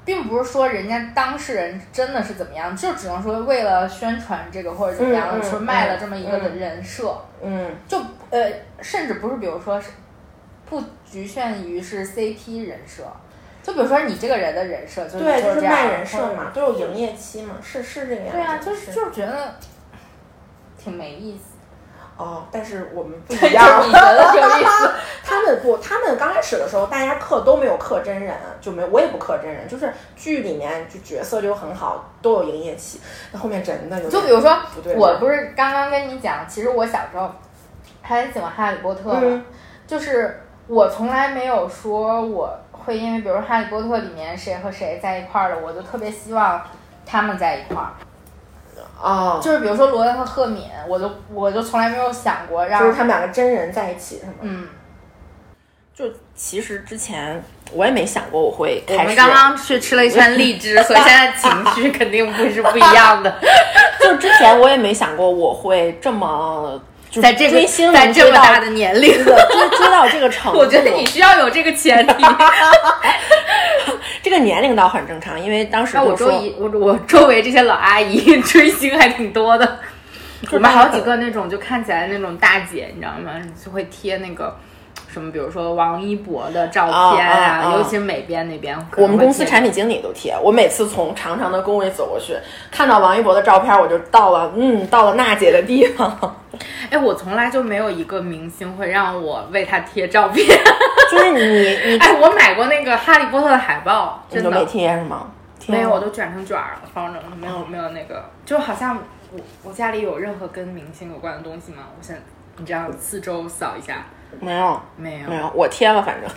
并不是说人家当事人真的是怎么样，就只能说为了宣传这个或者怎么样，
嗯嗯
说卖了这么一个人设，
嗯，
就呃，甚至不是，比如说是不局限于是 CP 人设，就比如说你这个人的人设就是
对，
嗯就
就是是
这样
卖人设
或者
嘛，都有营业期嘛，是是这个样子。
对啊，就是就是觉得挺没意思，
哦，但是我们不
就
一
是
样。
你觉 得挺有意思。
他们不，他们刚开始的时候，大家刻都没有刻真人，就没我也不刻真人，就是剧里面就角色就很好，都有营业期。那后面真的有点
就比如说
不对，劲
我不是刚刚跟你讲，其实我小时候还很喜欢《哈利波特》的
嗯，
就是我从来没有说我会因为，比如《哈利波特》里面谁和谁在一块儿了，我就特别希望他们在一块儿。
哦，
就是比如说罗恩和赫敏，我就我就从来没有想过让
就是他们两个真人在一起是吗？
嗯，
就其实之前我也没想过我会
我们刚刚去吃了一圈荔枝，所以现在情绪肯定不是不一样 的。
就之前我也没想过我会这么就
在这个在这么大的年龄，
追追到这个程
我觉得你需要有这个前 提。
这个年龄倒很正常，因为当时
那我周一我我周围这些老阿姨追星还挺多 的，我们好几个那种就看起来那种大姐，你知道吗？就会贴那个。什么，比如说王一博的照片啊，
哦哦哦
尤其是美编那边，可能
我们公司
会贴
产品经理都贴，我每次从长长的工位走过去，看到王一博的照片，我就到了，嗯，到了娜姐的地方。
哎，我从来就没有一个明星会让我为他贴照片。
就是你， 你
哎，我买过那个《哈利波特》的海报，
你
真
都
的
没贴是吗？贴
没有，
吗
我都卷成卷儿了，方正没
哦
有没有那个，就好像我我家里有任何跟明星有关的东西吗？我现在你这样四周扫一下，
没有，
没有
没有，我贴了，反正。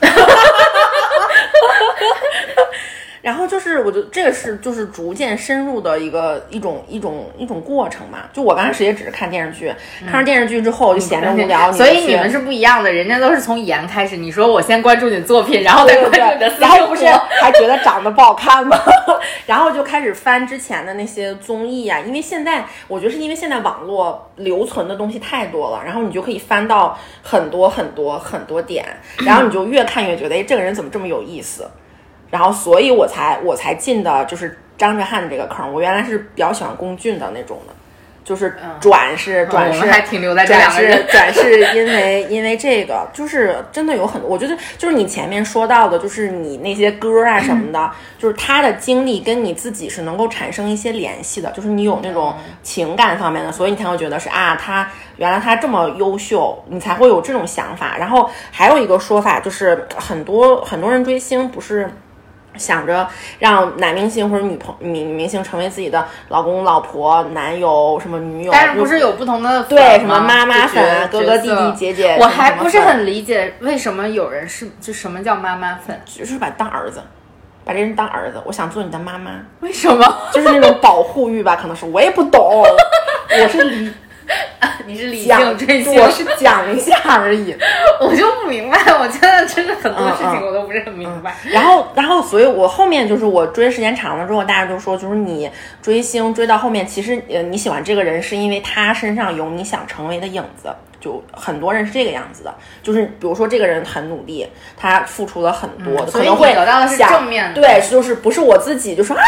然后就是，我觉得这个是就是逐渐深入的一个一种一种一种过程嘛。就我刚开始也只是看电视剧，看上电视剧之后就闲着无聊，
所以
就
你
去
们是不一样的，人家都是从颜开始。你说我先关注你作品，然后再
对
关注你的
对
私
然后
生
不是
活。
还觉得长得不好看吗？ 然后就开始翻之前的那些综艺啊，因为现在我觉得是因为现在网络留存的东西太多了，然后你就可以翻到很多很多很多 点，然后你就越看越觉得，哎，这个人怎么这么有意思？然后所以我才我才进的就是张哲瀚的这个坑，我原来是比较喜欢龚俊的那种的。就是
嗯
转是、转
我
是，
们还停留在这
转
两个
是
人
转是因为因为这个，就是真的有很多，我觉得就是你前面说到的，就是你那些歌啊什么
嗯
的，就是他的经历跟你自己是能够产生一些联系的，就是你有那种情感方面的，所以你才会觉得是啊，他原来他这么优秀，你才会有这种想法。然后还有一个说法就是，很多很多人追星不是。想着让男明星或者女朋女女明星成为自己的老公、老婆、男友、什么女友，
但是不
就是
有不同的粉
对
吗
什么妈妈
就角
粉啊哥哥
角色
弟弟姐姐
我
什么
还
什么
不是
粉
很理解为什么有人是就什么叫妈妈粉？
就是把他当儿子，把这人当儿子，我想做你的妈妈，
为什 么？
就是那种保护欲吧，可能是我也不懂，我是理
你是 理
讲，
性追星，
我是讲一下而已。
我就不明白，我真的真的很多事
嗯
情
嗯
我都不是很明白。
然后，然后，所以我后面就是我追时间长了之后，大家都说，就是你追星追到后面，其实呃你喜欢这个人是因为他身上有你想成为的影子。就很多人是这个样子的，就是比如说这个人很努力，他付出了很多，
嗯
可能会
所以你得到的是
想
正面的
对，就是不是我自己就说啊。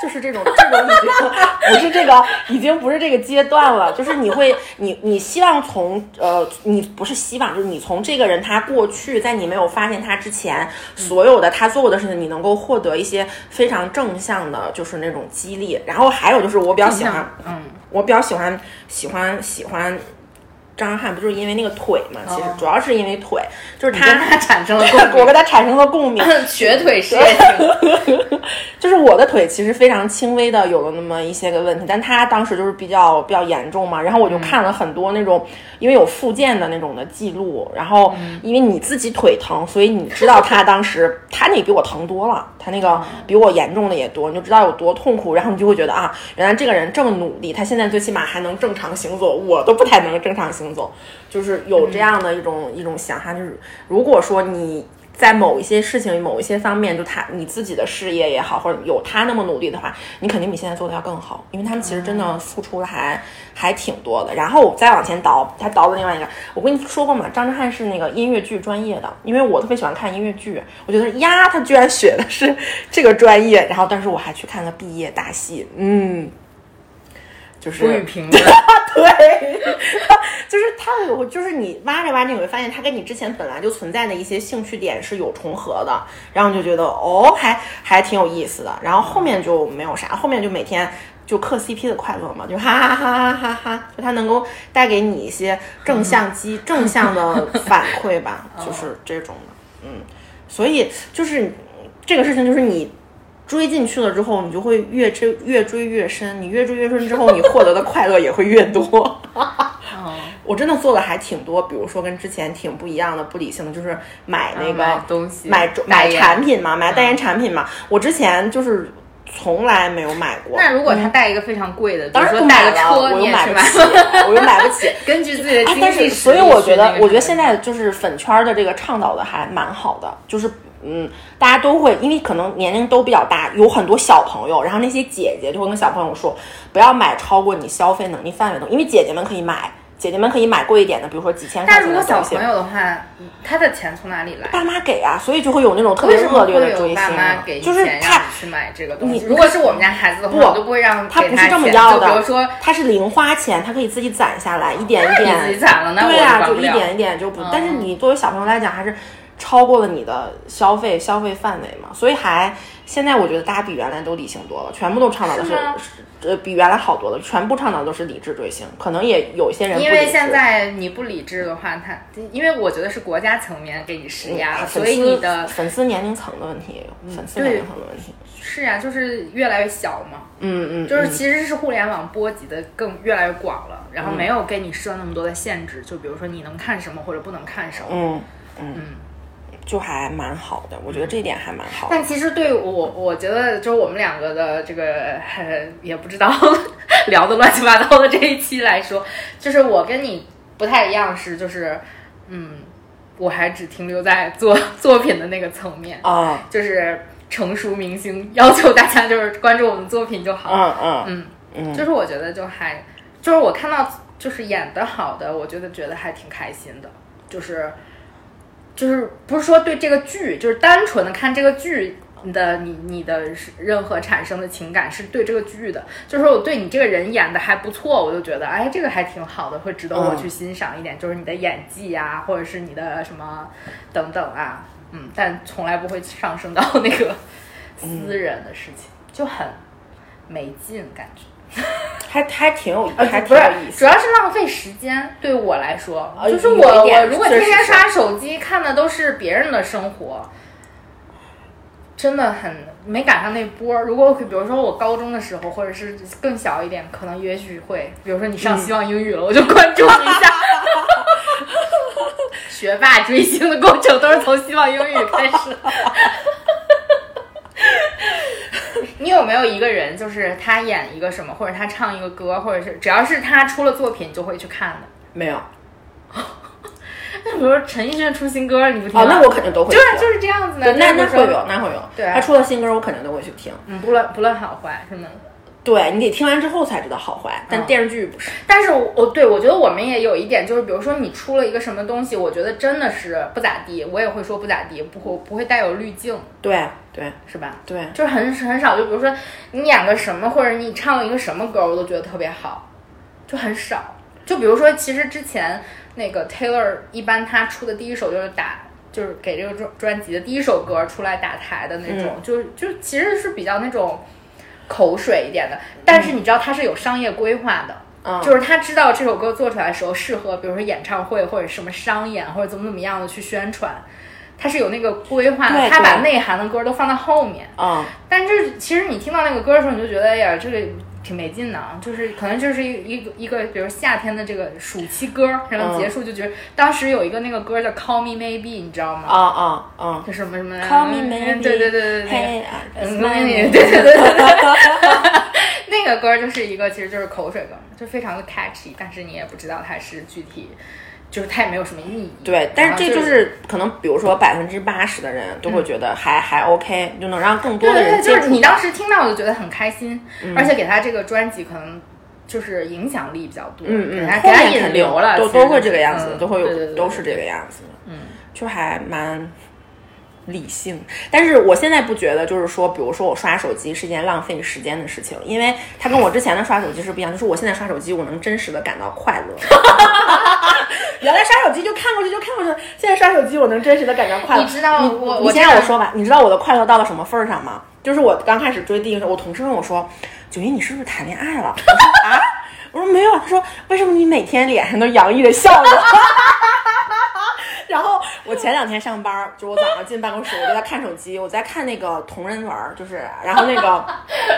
就是这种这种已经不是这个，已经不是这个阶段了。就是你会，你你希望从呃，你不是希望，就是你从这个人他过去，在你没有发现他之
嗯
前，所有的他做过的事情，你能够获得一些非常正向的，就是那种激励。然后还有就是，我比较喜欢，
嗯，
我比较喜欢喜欢喜欢张翰，不就是因为那个腿嘛？其实主要是因为腿，就是
哦你跟
他
他产生了
我
共鸣
跟，他产生了共 鸣。
瘸腿事业型，
就是我的腿其实非常轻微的有了那么一些个问题，但他当时就是比较比较严重嘛，然后我就看了很多那种，因为有复健的那种的记录，然后因为你自己腿疼，所以你知道他当时他那比我疼多了，他那个比我严重的也多，你就知道有多痛苦，然后你就会觉得啊，原来这个人这么努力，他现在最起码还能正常行走，我都不太能正常行走，就是有这样的一种、一种想法，就是如果说你在某一些事情、某一些方面，就他你自己的事业也好，或者有他那么努力的话，你肯定比现在做的要更好，因为他们其实真的付出的还、还挺多的。然后我再往前倒，他倒了另外一个，我跟你说过嘛，张震瀚是那个音乐剧专业的，因为我特别喜欢看音乐剧，我觉得呀，他居然学的是这个专业，然后但是我还去看了毕业大戏，嗯， 就是
不予评论。
对，就是他有，就是你挖着挖着，你会发现他跟你之前本来就存在的一些兴趣点是有重合的，然后你就觉得哦，还还挺有意思的。然后后面就没有啥，后面就每天就嗑 CP 的快乐嘛，就哈哈哈哈哈哈，就他能够带给你一些正向激、正向的反馈吧，就是这种的，嗯，所以就是这个事情，就是你追进去了之后，你就会越追越追越深，你越追越深之后，你获得的快乐也会越多。
嗯
我真的做的还挺多，比如说跟之前挺不一样的、不理性的，就是买那个、
买东西
买
代
买
言嗯
产品嘛，买代言产品嘛。我之前就是从来没有买过，
那如果他带一个非常贵的，比
嗯当
如
然
说
不
带
买
个
了，
车，
我
你
又
也
买
去
不
买
起，我又买不起。
根据自己的
哎
经
但
济
是，
实
所
力去那个产品，
以我觉得，我觉得现在就是粉圈儿的这个倡导的还蛮好的，就是嗯，大家都会，因为可能年龄都比较大，有很多小朋友，然后那些姐姐就会跟小朋友说，不要买超过你消费能力范围的，因为姐姐们可以买，姐姐们可以买贵一点的，比如说几千块
但
钱
如
的
果
东西。
小朋友的话，他的钱从哪里来？
爸妈给啊，所以就会有那种特别
为什
恶
么
劣
会
的追星
有爸
啊
妈给，你
就是
钱让
太
你去买这个东西？
你
如果是我们家孩子的
不
话，我都不会让
他
给
不是这么
钱
要
就比
的
如说，
他是零花钱，他可以自己攒下来，一点一点。
那 你自己攒了那
对
我就
啊，
管
就
不
一
了嗯
点一点就不。但是你作为小朋友来讲，还是超过了你的消费消费范围嘛，所以还现在我觉得大家比原来都理性多了，全部都倡导的是
是吗
是呃比原来好多了，全部倡导都是理智追星，可能也有些人不
因为
理
现
智
在你不理智的话，他因为我觉得是国家层面给你施压了，
嗯
所
粉
以
丝
你的嗯
粉丝年龄层的问题也有，粉丝
对
年龄层的问题，
是呀、就是越来越小嘛，
嗯嗯，
就是
嗯
其实是互联网波及的更越来越广了，然后没有给你设那么多的限制，就比如说你能看什么或者不能看什么。
嗯嗯，就还蛮好的，我觉得这一点还蛮好的。
嗯但其实对我，我觉得就是我们两个的这个呃也不知道 聊的乱七八糟的这一期来说，就是我跟你不太一样，是就是嗯，我还只停留在做 作品的那个层面，
啊，
就是成熟明星要求大家就是关注我们作品就好。
嗯嗯
嗯，
嗯，
就是我觉得就还就是我看到就是演的好的，我觉得觉得还挺开心的，就是。就是不是说对这个剧，就是单纯的看这个剧你的你你的任何产生的情感是对这个剧的，就是说我对你这个人演的还不错，我就觉得哎这个还挺好的，会值得我去欣赏一点，就是你的演技啊，或者是你的什么等等啊，嗯，但从来不会上升到那个 私人的事情，就很没劲感觉。
还还挺有，
呃
还
不
挺
是
有意，思。
主要是浪费时间。对我来说，
呃
就是
有
我
一点
我如果
确
天
实
天
是
刷手机看的都是别人的生活，真的很没赶上那波儿。如果我比如说我高中的时候，或者是更小一点，可能也许会，比如说你上
嗯
希望英语了，我就关注你一下。 学霸追星的过程都是从希望英语开始。 你有没有一个人，就是他演一个什么，或者他唱一个歌，或者是只要是他出了作品，你就会去看的？
没有
那比如说陈奕迅出新歌，你不听吗？啊
哦，那我肯定都会听。
就是就是这样子的。
对那
就
那
是
会有，那会有。
对啊
他出了新歌，我肯定都会去听。
嗯，不论不论好坏是吗？
对你得听完之后才知道好
嗯
坏，但电视剧不是。
但是我哦对我觉得我们也有一点，就是比如说你出了一个什么东西，我觉得真的是不咋地，我也会说不咋地，不会不会带有滤镜，
对对
是吧？
对，
就是很很少，就比如说你演个什么，或者你唱了一个什么歌，我都觉得特别好，就很少。就比如说，其实之前那个 Taylor 一般他出的第一首就是打，就是给这个专专辑的第一首歌出来打台的那
嗯
种，就就其实是比较那种口水一点的。但是你知道他是有商业规划的。
嗯，
就是他知道这首歌做出来的时候适合，比如说演唱会或者什么商演或者怎么怎么样的去宣传，他是有那个规划的，
对
他
对
把内涵的歌都放到后面。
嗯，
但是其实你听到那个歌的时候，你就觉得哎呀，这个挺没劲的啊，就是可能就是一一个一个，比如夏天的这个暑期歌，然后
嗯
结束就觉得、当时有一个那个歌叫《Call Me Maybe》，你知道吗？
啊啊啊
就什么什么
，Call me
嗯
maybe，
对对对对对，那个
嘿啊
嗯
it's
对
my
对
name
对对对， 那个歌就是一个其实就是口水歌，就非常的 catchy，但是你也不知道它是具体，就是它也没有什么意义。
对，但是这
啊就嗯
就。是可能，比如说百分之八十的人都会觉得还还 OK，就能让更多
对
的
对
人
对，
接
就是
触嗯
你。当时听到我就觉得很开心，而且给他这个专辑可能就是影响力比较多，
嗯
给
嗯
他，
后
给他
面
引
肯定
流了，
都
其实
都会
就
这个
是
样子，
嗯
都会
对对
有
对
都是这个样子，嗯，就还蛮理性。但是我现在不觉得，就是说，比如说我刷手机是一件浪费时间的事情，因为它跟我之前的刷手机是不一样，就是我现在刷手机，我能真实的感到快 乐。原来刷手机就看过去就看过去，现在刷手机我能真实的感到快乐。
你知道
你
我
你
我
先
这
让我
样
说吧，你知道我的快乐到了什么份儿上吗？就是我刚开始追第一个时候，我同事问我说：“九一，你是不是谈恋爱了？”我说：“啊。”我说：“没有。”他说：“为什么你每天脸上都洋溢着笑容？”然后我前两天上班儿，就我早上进办公室，我就在看手机，我在看那个同人文儿，就是然后那个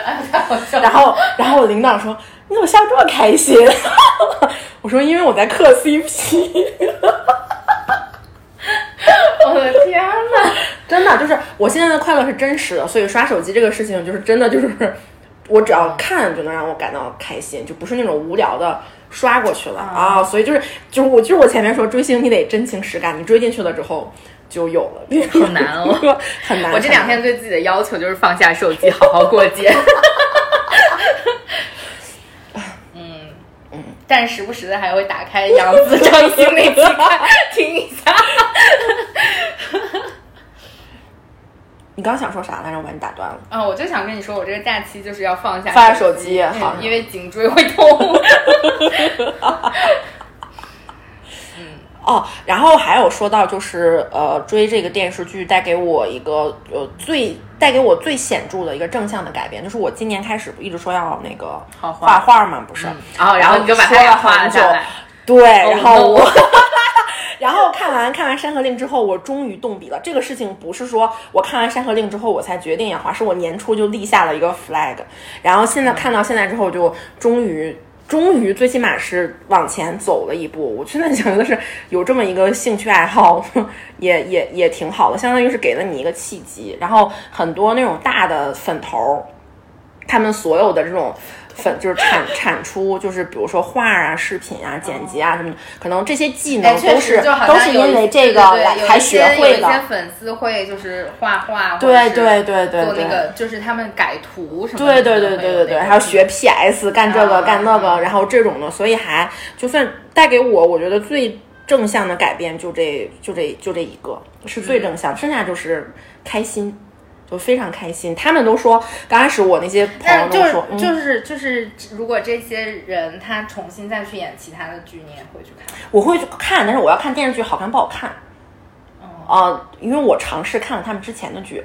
然后，然后我领导说：“你怎么笑这么开心？” 我说：“因为我在嗑 CP。
我的天呐，”
真的，就是我现在的快乐是真实的，所以刷手机这个事情，就是真的就是，我只要看就能让我感到开心，就不是那种无聊的刷过去了啊。所以就是，就是我就是我前面说追星，你得真情实感，你追进去了之后就有了，
好难哦，
很难。
我这两
很
天
难
对自己的要求就是放下手机，好好过节。 嗯嗯，但时不时的还会打开杨 紫张星那期看听一下。
你刚想说啥来着？我把你打断了。
啊、我就想跟你说，我这个假期就是要放下
放下手
机，
机好
嗯因为颈椎会痛。
哦，然后还有说到就是呃，追这个电视剧带给我一个呃最带给我最显著的一个正向的改变，就是我今年开始不一直说要那个
好画嗯
画画嘛，不是？
然后，哦然后你就把
啊
它
说
俩
了
画了
很久
下来。，哦
对，然后
no
我。 然后看完看完《山河令》之后，我终于动笔了。这个事情不是说我看完《山河令》之后我才决定要画，是我年初就立下了一个 flag。然后
嗯
现在看到现在之后，就终于终于最起码是往前走了一步。我现在想的是有这么一个兴趣爱好， 也也也挺好的，相当于是给了你一个契机。然后很多那种大的粉头儿，他们所有的这种粉就是产产出，就是比如说画啊、视频啊、剪辑啊什么的，可能这些技能
哎，确
都
实
是、
就好像
都是
有一
因为这
对对
个
对
来
有一
才
些
学会
有一些
的。
粉丝会就是画画，或者
对
是
对对对
做
对
那个就是他们改图什么
对
的。
对对对对对，还有
嗯
学 PS 干这
啊
个干那个，然后这种的，所以还就算带给我，我觉得最正向的改变就这就这就这一个是最正向，剩下就是开心，就非常开心。他们都说，刚开始我那些朋
那
友
就
都说，嗯
是就是就是，如果这些人他重新再去演其他的剧，你也会去看。
嗯，我会去看，但是我要看电视剧好看不好看。啊、因为我尝试看了他们之前的剧，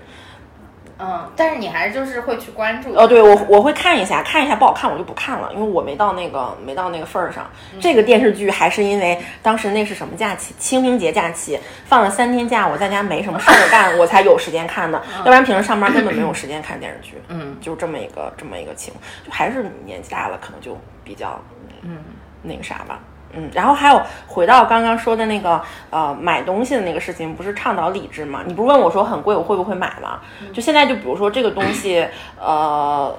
嗯，但是你还是就是会去关注。
哦，对我我会看一下，看一下不好看我就不看了，因为我没到那个没到那个份儿上。这个电视剧还是因为当时那是什么假期？清明节假期放了三天假，我在家没什么事儿干，我才有时间看的，要不然平时上班根本没有时间看电视剧。嗯，就这么一个这么一个情，就还是年纪大了，可能就比较嗯那个啥吧。嗯，然后还有回到刚刚说的那个呃买东西的那个事情，不是倡导理智吗？你不是问我说很贵我会不会买吗？
嗯
就现在就比如说这个东西，呃，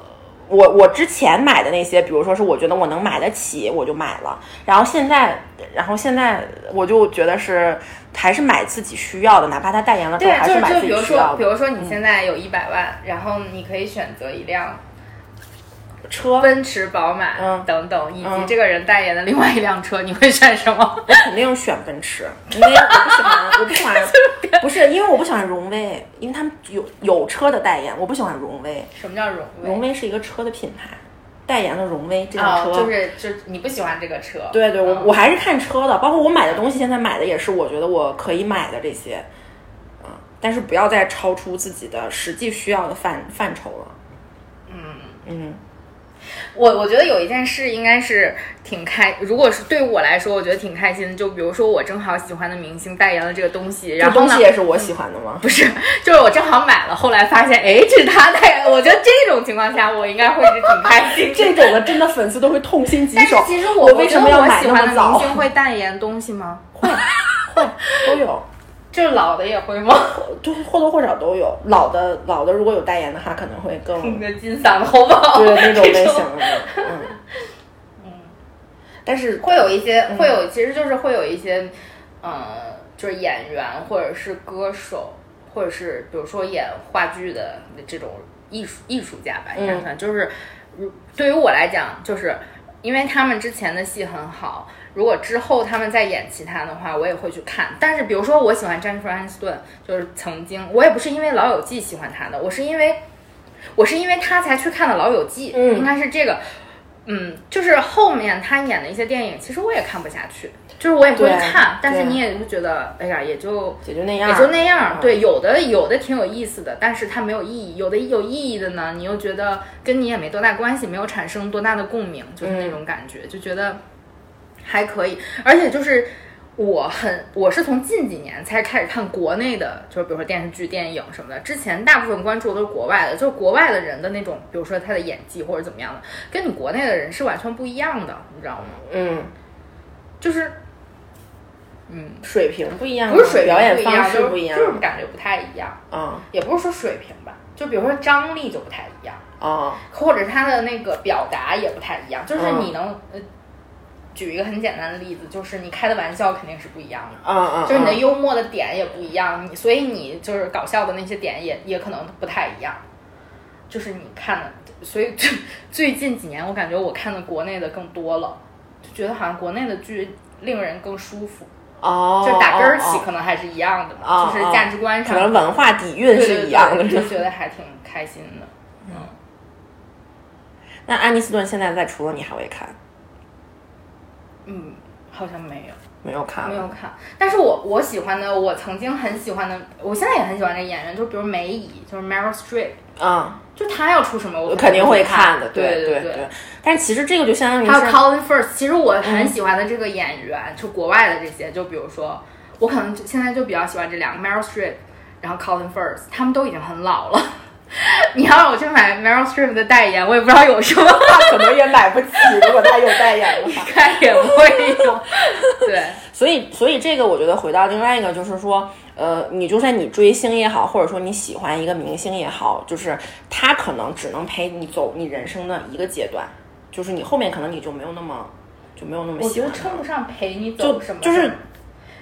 我我之前买的那些，比如说是我觉得我能买得起，我就买了。然后现在，然后现在我就觉得是还是买自己需要的，哪怕它代言了，但
对
我，还
就是是
买
就
自
比
己
如
需
说，
要
比
的。嗯
如说你现在有一百万，然后你可以选择一辆
车
奔驰、宝马、
嗯
等等，以及
嗯
这个人代言的另外一辆车，你会选什么？
肯定选奔驰，因为我不喜欢，我不 喜欢，不是因为我不喜欢荣威，因为他们有有车的代言，我不喜欢荣威。
什么叫荣威？
荣威是一个车的品牌，代言了荣威这辆
哦
车，，
就是就是你不喜欢这个车。
对对，我
嗯
我还是看车的，包括我买的东西，现在买的也是我觉得我可以买的这些，嗯，但是不要再超出自己的实际需要的范范畴了。嗯
我我觉得有一件事应该是挺开，如果是对我来说，我觉得挺开心的。就比如说我正好喜欢的明星代言了这个东西，
这
然后
东
呢
西，也是我喜欢的吗？
不是， 就是我正好买了，后来发现，哎，这是他代言。我觉得这种情况下，我应该会是挺开心的。
这种的真的粉丝都会痛心疾
嗯但是
首。
其实
我为什么要买那么早？
会代言东西吗？
会都有，
就是老的也会吗？
就是或多或少都有。老的老的如果有代言的话，可能会更
你的金嗓子喉宝，
对那种类
这
型的，嗯嗯。但是
会有一些，
嗯
会有，其实就是会有一些，呃，就是演员或者是歌手，或者是比如说演话剧的这种艺术艺术家吧，应该
嗯
算，就是如对于我来讲，就是因为他们之前的戏很好。如果之后他们再演其他的话，我也会去看。但是比如说，我喜欢詹妮弗·安斯顿，就是曾经我也不是因为《老友记》喜欢她的，我是因为我是因为她才去看的《老友记》，
嗯
应该是这个。嗯，就是后面他演的一些电影，其实我也看不下去，就是我也不会
对
看，但是
对
你也会觉得，哎呀，也就
也就那样，
也就那样。
嗯
对，有的有的挺有意思的，但是它没有意义；有的有意义的呢，你又觉得跟你也没多大关系，没有产生多大的共鸣，就是
嗯
那种感觉，就觉得还可以。而且就是我很，我是从近几年才开始看国内的，就是比如说电视剧、电影什么的。之前大部分关注的都是国外的，就是国外的人的那种，比如说他的演技或者怎么样的，跟你国内的人是完全不一样的，你知道吗？
嗯。
就是
水平不一样啊，
不是水平
表演
不一样
方式
就是
不一样
就是感觉不太一样。
啊
也不是说水平吧，就比如说张力就不太一样，
啊
或者他的那个表达也不太一样。就是
嗯
你能，呃，举一个很简单的例子，就是你开的玩笑肯定是不一样的，
啊啊！
就是你的
啊
幽默的点也不一样，你所以你就是搞笑的那些点也也可能不太一样。就是你看的，所以最 最近几年我感觉我看的国内的更多了，就觉得好像国内的剧令人更舒服，
哦，
就打根儿起
哦
可能还是一样的嘛，
哦
就是价值观
可能
上
文化底蕴
对对
是
对
一样的。
就觉得还挺开心的。
那安妮斯顿现在在除了你还会看？
嗯，好像没有
没有看，
没有。看，但是我我喜欢的，我曾经很喜欢的，我现在也很喜欢这个演员，就比如梅姨，就是 Meryl Streep，
嗯，
就她要出什么我
我肯定会
看
看的，
对
对
对。
对。嗯但其实这个就相当于
还有
是
Colin Firth，其实我很喜欢的这个演员，就国外的这些，就比如说我可能就现在就比较喜欢这两个 Meryl Streep，然后 Colin Firth，他们都已经很老了。 你要让我去买 Meryl Streep 的代言，我也不知道有什么
他可能也买 不起，如果他有代言的话。
看，也不会有。对，
所以，所以这个我觉得回到另外一个，就是说，呃，你就算你追星也好，或者说你喜欢一个明星也好，就是他可能只能陪你走你人生的一个阶段，就是你后面可能你就没有那么就没有那么
我
喜
觉得
欢
称
他。
不上陪你走
就
什么，
就是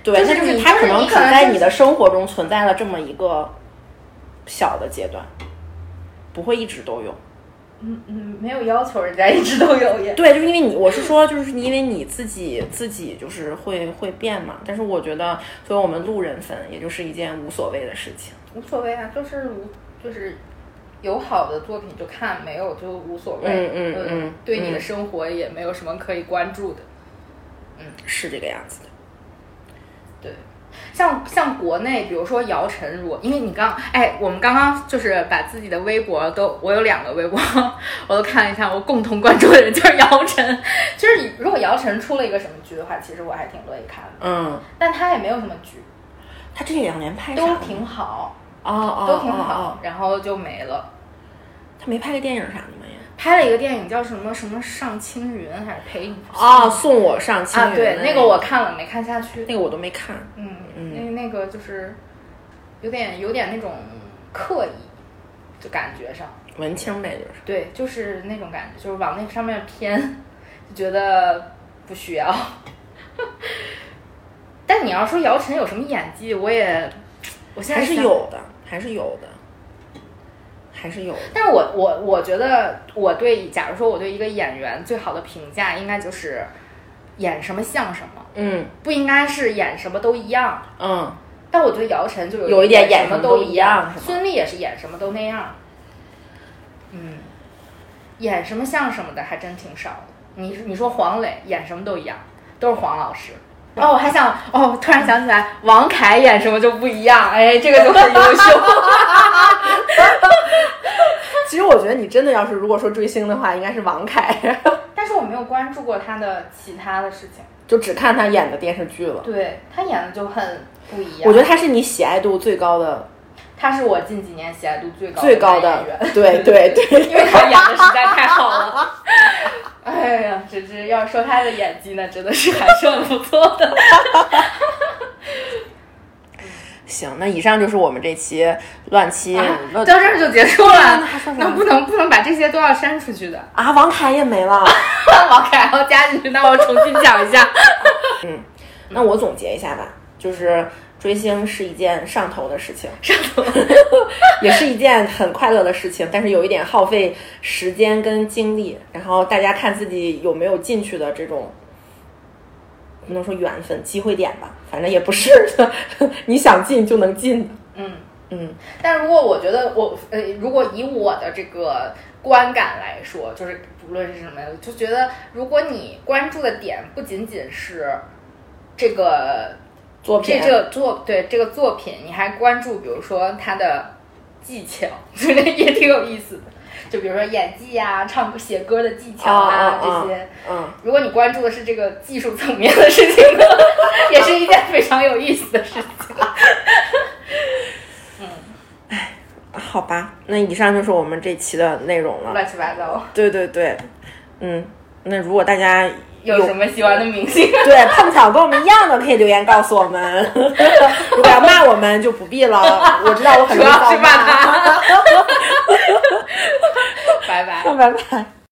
对，
就是
但
你
他
就是
可能
你
只
可能
在
就
你的生活中存在了这么一个小的阶段，不会一直都有。
嗯，没有要求人家一直都有耶。
对，就是因为你，我是说，就是因为你自己自己就是会会变嘛。但是我觉得，作为我们路人粉，也就是一件无所谓的事情。
无所谓啊，就是无就是有好的作品就看，没有就无所谓。呃
嗯嗯嗯
对你的
嗯
生活也没有什么可以关注的。
是这个样子的。
对，像像国内，比如说姚晨，如果因为你刚哎，我们刚刚就是把自己的微博都，我有两个微博， 我都看了一下，我共同关注的人就是姚晨。 就是如果姚晨出了一个什么剧的话，其实我还挺乐意看的，
嗯，
但她也没有什么剧，
他这两年拍啥
都
了
挺好，
哦哦
都挺
哦
好
哦，
然后就没了。
他没拍个电影啥的
哦
吗？也
拍了一个电影叫什么什么上青云还是陪你
哦，送我上青云、
啊？对，那个我看了没看下去
那。个我都没看。
嗯，
嗯
那那个就是有点有点那种刻意，就感觉上。
文青呗，就是
对，就是那种感觉，就是往那上面偏， 就觉得不需要。 但你要说姚晨有什么演技，我也，我现在
还是
想，
有的，还是有的，还是有的。
但我我我觉得我对，假如说我对一个演员最好的评价，应该就是演什么像什么，
嗯
不应该是演什么都一样。
嗯，
但我觉得姚晨就有
有一点演
什
什
么
么都
一
一样是吗
孙俪也是演什么都那样。嗯，演什么像什么的还真挺少的。你你说黄磊演什么都一样，都是黄老师。哦，我还想哦，突然想起来，王凯演什么就不一样，哎，这个就 很优秀。
其实我觉得你真的要是如果说追星的话，应该是王凯，
但是我没有关注过他的其他的事情，
就只看他演的电视剧了。
对他演的就很不一样。
我觉得他是你喜爱度最高的、
他是我近几年喜爱度最高
最高
的男
的
演员。，
对对对，
因为他演的实在太好了。哎呀，只是要说他的演技呢，真的是还算不错的。
行，那以上就是我们这期乱七
啊 到
乱
这儿就结束了
啊那还算，啥
那不能不能把这些都要删出 去的。
啊，王凯也没了。
王凯要加进去，那我重新讲一 下。
那我总结一下吧，就是追星是一件上头的事情，上头也是一件很快乐的事情，但是有一点耗费时间跟精力。然后大家看自己有没有进去的这种，不能说缘分、机会点吧，反正也不是 你想进就能进的。
嗯，
嗯
但如果我觉得我呃，如果以我的这个观感来说，就是不论是什么，就觉得如果你关注的点不仅仅是这个
作品
这这个作对这个作品，你还关注，比如说他的技巧， 觉得也挺有意思的。就比如说演技啊、唱歌、写歌的技巧
哦
啊、
哦哦
这些。
嗯，
如果你关注的是这个技术层面的事情呢， 也是一件非常有意思的事情。
好吧，那以上就是我们这期的内容了。
乱七八糟，
对对对，嗯，那如果大家
有什么喜欢的明星？
对，碰巧跟我们一样的可以留言告诉我们。 如果要骂我们就不必了，我知道我很
主
容易
要
造
是骂
骂。
他。拜 拜。
拜拜。
Ah, Ah,